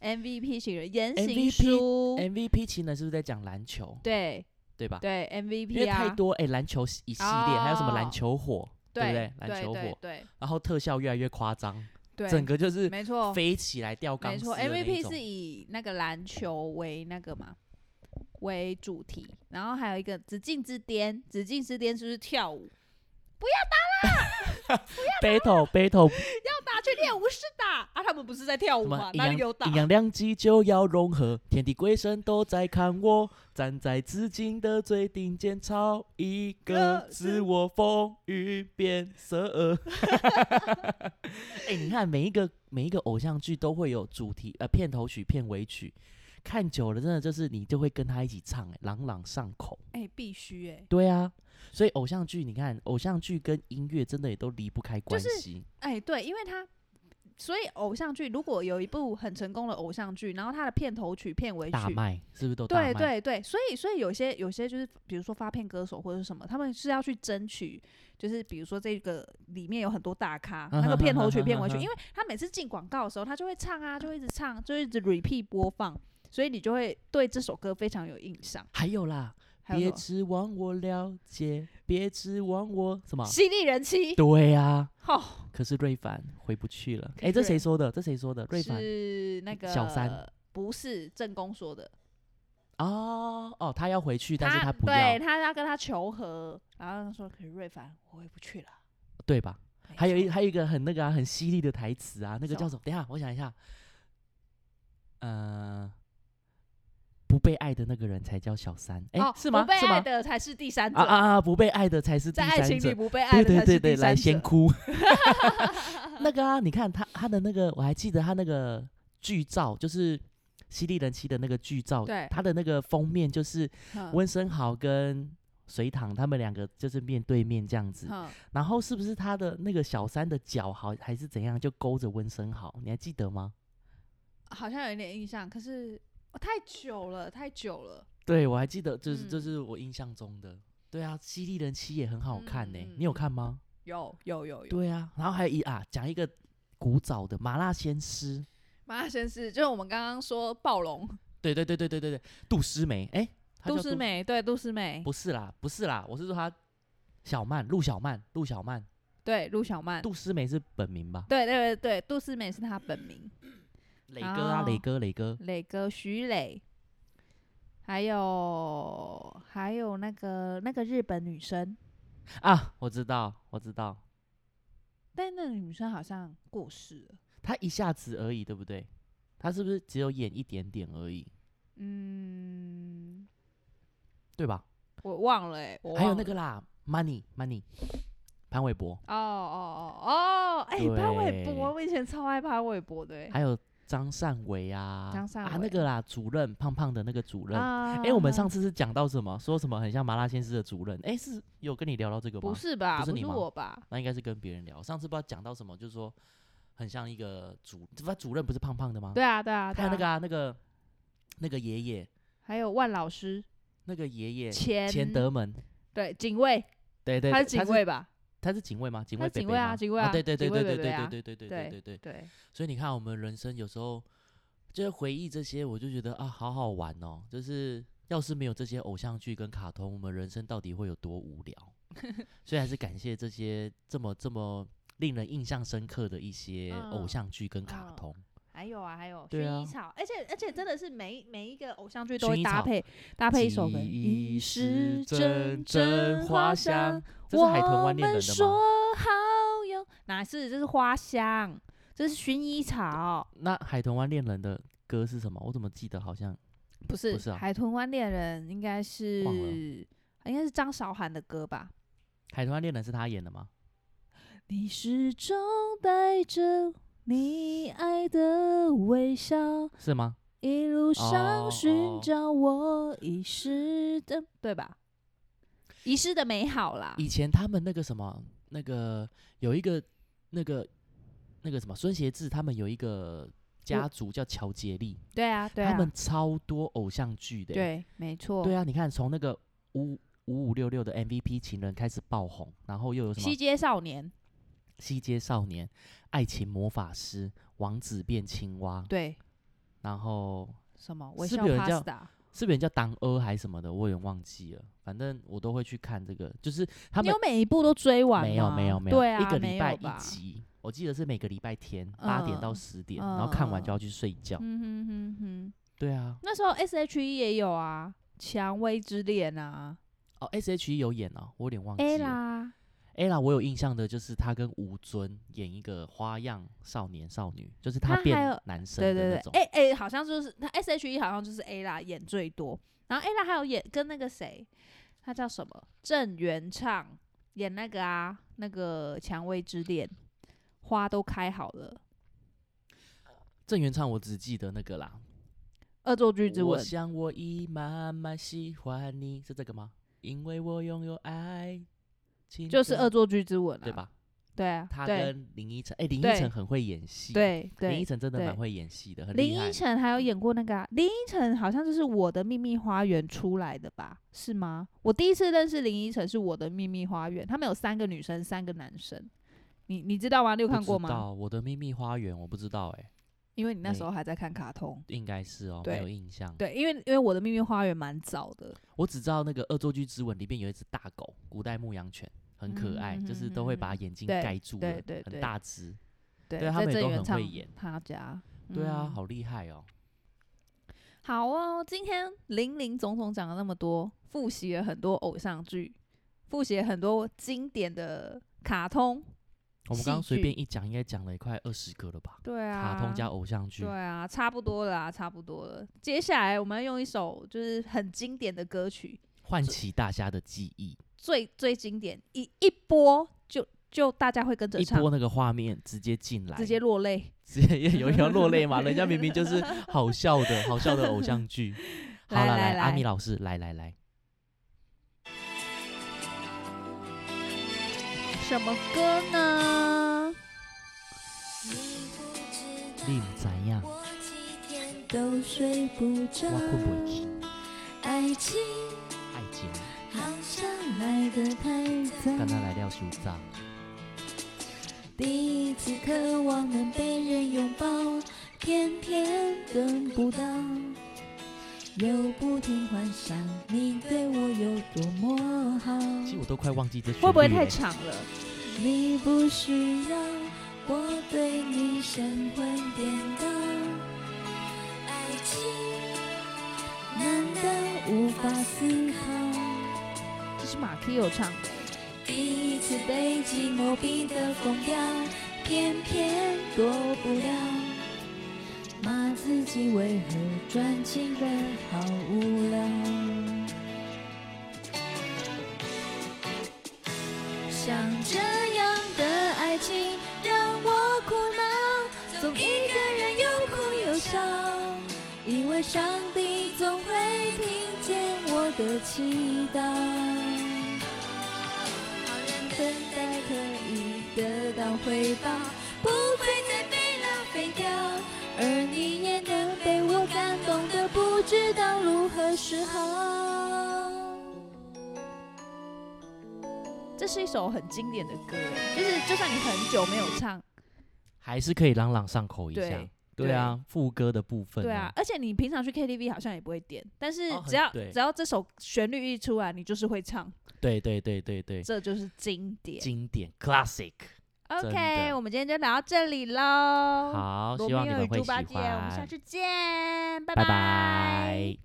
Speaker 1: ，MVP 情人言行
Speaker 2: MVP
Speaker 1: 书，
Speaker 2: MVP 情人是不是在讲篮球？
Speaker 1: 对
Speaker 2: 对吧？
Speaker 1: 对
Speaker 2: 因为
Speaker 1: MVP 啊，
Speaker 2: 太多哎、篮球一系列，还有什么篮
Speaker 1: 哦
Speaker 2: 球火，对
Speaker 1: 对
Speaker 2: 不对？篮
Speaker 1: 对
Speaker 2: 球火
Speaker 1: 对，对
Speaker 2: 然后特效越来越夸张，
Speaker 1: 对，
Speaker 2: 整个就是
Speaker 1: 没错
Speaker 2: 飞起来吊钢
Speaker 1: 没
Speaker 2: 丝
Speaker 1: 错
Speaker 2: 的那一
Speaker 1: ，MVP
Speaker 2: 种
Speaker 1: 是以那个篮球为那个嘛为主题，然后还有一个紫禁之巅，紫禁之巅就是跳舞，啊
Speaker 2: battle battle
Speaker 1: 要打去练武士打啊，他们不是在跳
Speaker 2: 什
Speaker 1: 舞
Speaker 2: 么
Speaker 1: 吗？
Speaker 2: 阴
Speaker 1: 哪
Speaker 2: 阳
Speaker 1: 里有打
Speaker 2: 阴？阳两极就要融合，天地鬼神都在看我，站在紫禁的最顶尖，超一个
Speaker 1: 个
Speaker 2: 自
Speaker 1: 自
Speaker 2: 我风云变 色。哎、你看每一个每一个偶像剧都会有主题呃片头曲、片尾曲，看久了真的就是你就会跟他一起唱、哎朗朗上口。
Speaker 1: 哎、必须哎、
Speaker 2: 对啊，所以偶像剧，你看偶像剧跟音乐真的也都离不开关
Speaker 1: 是
Speaker 2: 系。
Speaker 1: 哎、对，因为他。所以偶像剧如果有一部很成功的偶像剧，然后它的片头曲、片尾
Speaker 2: 大
Speaker 1: 曲，
Speaker 2: 卖是不是都大卖？
Speaker 1: 对对对，所以所以有些有些就是，比如说发片歌手或者是什么，他们是要去争取，就是比如说这个里面有很多大咖，
Speaker 2: 嗯
Speaker 1: 那个片头曲、片尾曲，因为他每次进广告的时候，他就会唱啊，就会一直唱，就一直 repeat 播放，所以你就会对这首歌非常有印象。
Speaker 2: 还有啦，
Speaker 1: 还
Speaker 2: 别
Speaker 1: 有什
Speaker 2: 指望我了解，别指望我什么
Speaker 1: 么？？犀利人妻，
Speaker 2: 啊
Speaker 1: 哦
Speaker 2: 对呀、
Speaker 1: 吼，
Speaker 2: 可是瑞凡回不去了。
Speaker 1: 可
Speaker 2: 哎，
Speaker 1: 是
Speaker 2: 这
Speaker 1: 瑞
Speaker 2: 谁说的？这谁说的？瑞凡
Speaker 1: 是那个
Speaker 2: 小三，
Speaker 1: 不是正宫说的，
Speaker 2: 哦哦，他要回去，但是他不
Speaker 1: 对
Speaker 2: 要，
Speaker 1: 他要跟他求和，然后他说，可是瑞凡，我回不去了。
Speaker 2: 对吧？
Speaker 1: 没
Speaker 2: 还有一
Speaker 1: 错
Speaker 2: 还有一个很那个啊，很犀利的台词啊，那个
Speaker 1: 什么
Speaker 2: 叫什么？等一下，我想一下，呃，不被爱的那个人才叫小三，哎、
Speaker 1: 哦
Speaker 2: 是吗？
Speaker 1: 不被
Speaker 2: 是
Speaker 1: 爱
Speaker 2: 吗？
Speaker 1: 的才是第三者
Speaker 2: 啊啊啊！不被爱的才是第
Speaker 1: 在爱
Speaker 2: 三
Speaker 1: 情里
Speaker 2: 者，
Speaker 1: 不被爱
Speaker 2: 对
Speaker 1: 的
Speaker 2: 对
Speaker 1: 才
Speaker 2: 对
Speaker 1: 是
Speaker 2: 对，
Speaker 1: 第
Speaker 2: 来
Speaker 1: 三
Speaker 2: 先
Speaker 1: 者。
Speaker 2: 哭。 那个啊，你看他他的那个，我还记得他那个剧照，就是《犀利人妻》的那个剧照，
Speaker 1: 对
Speaker 2: 他的那个封面就是
Speaker 1: 哼
Speaker 2: 温升豪跟隋唐他们两个就是面对面这样子，
Speaker 1: 哼
Speaker 2: 然后是不是他的那个小三的脚好还是怎样，就勾着温升豪，你还记得吗？
Speaker 1: 好像有一点印象，可是、哦太久了，太久了。
Speaker 2: 对，我还记得，就是、这
Speaker 1: 嗯
Speaker 2: 是我印象中的。对啊，《犀利人妻》也很好看呢、
Speaker 1: 嗯嗯
Speaker 2: 你有
Speaker 1: 嗯
Speaker 2: 看吗？
Speaker 1: 有有有有，
Speaker 2: 对啊，然后还有一啊，讲一个古早的麻辣鲜师，
Speaker 1: 麻辣鲜师就是我们刚刚说暴龙
Speaker 2: 对对对对对对对，杜诗梅，哎、她
Speaker 1: 杜
Speaker 2: 叫
Speaker 1: 诗美，对杜诗美，
Speaker 2: 不是啦，不是啦，我是说她小曼，陆小曼，陆小曼，
Speaker 1: 对陆小曼，
Speaker 2: 杜诗梅是本名吧？
Speaker 1: 对对对对，杜诗美是她本名，
Speaker 2: 磊哥啊，磊
Speaker 1: 哦
Speaker 2: 哥，磊 哥，
Speaker 1: 磊哥徐磊，还有还有那个那个日本女生，
Speaker 2: 啊，我知道，我知道，
Speaker 1: 但那个女生好像过世了。
Speaker 2: 他一下子而已，对不对？他是不是只有演一点点而已，
Speaker 1: 嗯，
Speaker 2: 对吧？
Speaker 1: 我忘了哎、我
Speaker 2: 还有
Speaker 1: 忘
Speaker 2: 那
Speaker 1: 了
Speaker 2: 个啦，Money Money，潘玮柏，
Speaker 1: 哦哦哦哦，哎、潘玮
Speaker 2: 对
Speaker 1: 柏，我以前超爱潘玮柏的、欸。
Speaker 2: 还有张善伟啊，
Speaker 1: 张善
Speaker 2: 啊
Speaker 1: 伟
Speaker 2: 那个啦，主任胖胖的那个主任。哎、
Speaker 1: 啊
Speaker 2: 我们上次是讲到什么？说什么很像麻辣鲜师的主任？哎、是有跟你聊到这个吗？
Speaker 1: 不，是吧？
Speaker 2: 不是
Speaker 1: 不
Speaker 2: 你
Speaker 1: 是
Speaker 2: 吗
Speaker 1: 我吧？
Speaker 2: 那应该是跟别人聊。上次不知道讲到什么，就是说很像一个主，他主任不是胖胖的吗？
Speaker 1: 对啊，对啊，
Speaker 2: 还有那
Speaker 1: 对
Speaker 2: 个
Speaker 1: 啊
Speaker 2: 啊，那个那个爷爷，
Speaker 1: 还有万老师
Speaker 2: 那个爷爷
Speaker 1: 钱
Speaker 2: 钱德门，
Speaker 1: 对警卫，
Speaker 2: 对对
Speaker 1: 他
Speaker 2: 对
Speaker 1: 是警卫吧？
Speaker 2: 他是警卫吗？警
Speaker 1: 他
Speaker 2: 卫
Speaker 1: 是
Speaker 2: 北
Speaker 1: 警
Speaker 2: 北
Speaker 1: 卫啊
Speaker 2: 吗
Speaker 1: 警卫啊
Speaker 2: 对对对
Speaker 1: 警卫
Speaker 2: 对对
Speaker 1: 北
Speaker 2: 对
Speaker 1: 北啊
Speaker 2: 对对对对对对。
Speaker 1: 对，
Speaker 2: 所以你看，我们人生有时候就是回忆这些，我就觉得啊，好好玩哦。就是要是没有这些偶像剧跟卡通，我们人生到底会有多无聊？ 所以还是感谢这些这么这么令人印象深刻的一些偶
Speaker 1: 嗯
Speaker 2: 像剧跟卡
Speaker 1: 嗯
Speaker 2: 通。
Speaker 1: 还有啊，还有
Speaker 2: 对
Speaker 1: 薰
Speaker 2: 啊
Speaker 1: 衣草，而且而且真的是每每一个偶像剧都
Speaker 2: 薰
Speaker 1: 会
Speaker 2: 衣
Speaker 1: 搭
Speaker 2: 草
Speaker 1: 配搭配一首歌，
Speaker 2: 记忆是阵
Speaker 1: 阵
Speaker 2: 阵花香，这是海豚湾恋人
Speaker 1: 我
Speaker 2: 的吗？
Speaker 1: 们说好友哪是？这是花香，这是薰衣草，
Speaker 2: 那海豚湾恋人的歌是什么？我怎么记得好像
Speaker 1: 不是？
Speaker 2: 不是啊
Speaker 1: 海豚湾恋人应该是啊
Speaker 2: 忘了
Speaker 1: 应该是张韶涵的歌吧？
Speaker 2: 海豚湾恋人是他演的吗？
Speaker 1: 你始终带着你爱的微笑，
Speaker 2: 是吗？
Speaker 1: 一路
Speaker 2: 哦
Speaker 1: 上
Speaker 2: 哦
Speaker 1: 寻找我遗失的，对吧？遗失的美好啦，
Speaker 2: 以前他们那个什么，那个有一个那个那个什么孙协志，他们有一个家族叫乔杰利，
Speaker 1: 对啊，对啊，
Speaker 2: 他们超多偶像剧的、
Speaker 1: 对，没错，
Speaker 2: 对啊，你看从那个五五五六六的 MVP 情人开始爆红，然后又有什么
Speaker 1: 西街少年，
Speaker 2: 西街少年、爱情魔法师、王子变青蛙，
Speaker 1: 对，
Speaker 2: 然后
Speaker 1: 什么微
Speaker 2: 是
Speaker 1: 笑
Speaker 2: 不是有人叫
Speaker 1: pasta，
Speaker 2: 是不是人叫当阿还是什么的，我有点忘记了。反正我都会去看这个，就是他
Speaker 1: 你
Speaker 2: 们
Speaker 1: 有每一部都追完吗？
Speaker 2: 没有没有没有，
Speaker 1: 对啊，
Speaker 2: 一个
Speaker 1: 没
Speaker 2: 礼
Speaker 1: 有
Speaker 2: 拜
Speaker 1: 吧
Speaker 2: 一集，我记得是每个礼拜天八点到
Speaker 1: 嗯
Speaker 2: 十点，然后看完就要去睡觉。
Speaker 1: 嗯哼哼哼，
Speaker 2: 对啊，
Speaker 1: 那时候 S H E 也有啊，《蔷薇之恋》啊
Speaker 2: 哦，S H E 有演哦，我有点忘记
Speaker 1: ，A
Speaker 2: 了。
Speaker 1: 啦，
Speaker 2: A 啦，我有印象的就是他跟吴尊演一个花样少年少女，就是他
Speaker 1: 他还
Speaker 2: 变
Speaker 1: 有
Speaker 2: 男生
Speaker 1: 对
Speaker 2: 的
Speaker 1: 对
Speaker 2: 那
Speaker 1: 对
Speaker 2: 种。
Speaker 1: ，A A 好像就是他 S H E 好像就是 A 啦演最多，然后 A 啦还有演跟那个谁，他叫什么郑元畅演那个啊，那个《蔷薇之恋》，花都开好了，
Speaker 2: 郑元畅我只记得那个啦，
Speaker 1: 《恶作剧之
Speaker 2: 我
Speaker 1: 吻》
Speaker 2: 想我已慢慢喜欢你，是这个吗？因为我拥有爱情
Speaker 1: 就是《
Speaker 2: 的
Speaker 1: 恶作剧之吻》啊，
Speaker 2: 对？吧？
Speaker 1: 对啊，
Speaker 2: 他
Speaker 1: 对
Speaker 2: 跟林依晨，哎，林依
Speaker 1: 对
Speaker 2: 晨很会演戏，，
Speaker 1: 对
Speaker 2: 林
Speaker 1: 对。
Speaker 2: 依晨真的
Speaker 1: 对
Speaker 2: 蛮会演戏的，很厉
Speaker 1: 林
Speaker 2: 害
Speaker 1: 依。晨还有演过那个、啊、林依晨，好像就是《我的秘密花园》出来的吧？是吗？我第一次认识林依晨是《我的秘密花园》，他们有三个女生，三个男生，你你知道吗？你有
Speaker 2: 不
Speaker 1: 看
Speaker 2: 知
Speaker 1: 过吗？
Speaker 2: 道我的秘密花园，我不知道哎、
Speaker 1: 因为你那
Speaker 2: 没
Speaker 1: 时候还在看卡通。
Speaker 2: 应该是哦，
Speaker 1: 对
Speaker 2: 没有印象。
Speaker 1: 对，因为因为我的秘密花园蛮早的，
Speaker 2: 我只知道那个《恶作剧之吻》里面有一只大狗，古代牧羊犬，很可爱，
Speaker 1: 嗯哼
Speaker 2: 就是
Speaker 1: 哼
Speaker 2: 都会
Speaker 1: 哼
Speaker 2: 把
Speaker 1: 哼
Speaker 2: 眼睛
Speaker 1: 对
Speaker 2: 盖住
Speaker 1: 对
Speaker 2: 了
Speaker 1: 对
Speaker 2: 很
Speaker 1: 对
Speaker 2: 大只。
Speaker 1: 对，
Speaker 2: 对啊他
Speaker 1: 在
Speaker 2: 们也都
Speaker 1: 郑元
Speaker 2: 很
Speaker 1: 畅
Speaker 2: 会演
Speaker 1: 他家，
Speaker 2: 对啊，
Speaker 1: 嗯
Speaker 2: 好厉害哦。
Speaker 1: 好哦，今天林林总总讲了那么多，复习了很多偶像剧，复习了很多经典的卡通，
Speaker 2: 我们刚刚
Speaker 1: 戏
Speaker 2: 随
Speaker 1: 剧
Speaker 2: 便一讲，应该讲了也快二十个了吧？
Speaker 1: 对啊，
Speaker 2: 卡通加偶像剧
Speaker 1: 对，啊，差不多了啊，差不多了。接下来我们要用一首就是很经典的歌曲，
Speaker 2: 唤起大家的记忆，
Speaker 1: 最最经典，一一播就就大家会跟着
Speaker 2: 一
Speaker 1: 唱
Speaker 2: 播，那个画面直接进来，
Speaker 1: 直接落泪。
Speaker 2: 直接 有人要落 泪嘛？人家明明就是好笑的，好笑的偶像剧。好
Speaker 1: 来
Speaker 2: 了，
Speaker 1: 来
Speaker 2: 来，阿
Speaker 1: 来
Speaker 2: 米老师，来来来，
Speaker 1: 什么歌呢？
Speaker 2: 你怎样？
Speaker 4: 我几天都睡不着
Speaker 2: 我，困不起，
Speaker 4: 爱情
Speaker 2: 爱情，
Speaker 4: 好像来得太
Speaker 2: 刚
Speaker 4: 早。
Speaker 2: 刚来料修脏。
Speaker 4: 第一次渴望能被人拥抱，偏偏等不到，又不停幻想你对我有多么好。
Speaker 2: 其实我都快忘记这旋律
Speaker 1: 会不会
Speaker 2: 了
Speaker 1: 太长了？
Speaker 4: 你不需要我对你神魂颠倒，爱情难道无法思考？
Speaker 1: 这是马 K 有唱的，
Speaker 4: 第一次被寂寞逼得疯掉，偏偏躲不了。骂自己为何专情人好无聊。像这样的爱情让我苦恼，总一个人又哭又笑，因为上帝总会听见我的祈祷。好人等待可以得到回报，不会再被浪费掉，而你也能被我感动的不知道如何是好。
Speaker 1: 这是一首很经典的歌，就是就算你很久没有唱，
Speaker 2: 还是可以朗朗上口一
Speaker 1: 对
Speaker 2: 下。
Speaker 1: 对
Speaker 2: 对啊，副歌的部分、
Speaker 1: 对啊，，而且你平常去 KTV 好像也不会点，但是
Speaker 2: 哦很
Speaker 1: 只要、
Speaker 2: 对
Speaker 1: 只要这首旋律一出来，你就是会唱，
Speaker 2: 对对对对对，
Speaker 1: 这就是经典。
Speaker 2: 经典 classic。真
Speaker 1: OK，
Speaker 2: 的
Speaker 1: 我们今天就聊到这里喽。
Speaker 2: 好，
Speaker 1: 罗
Speaker 2: 希望
Speaker 1: 密欧
Speaker 2: 你
Speaker 1: 与
Speaker 2: 们会
Speaker 1: 猪
Speaker 2: 喜
Speaker 1: 八
Speaker 2: 欢。
Speaker 1: 戒，我们下次见，拜
Speaker 2: 拜拜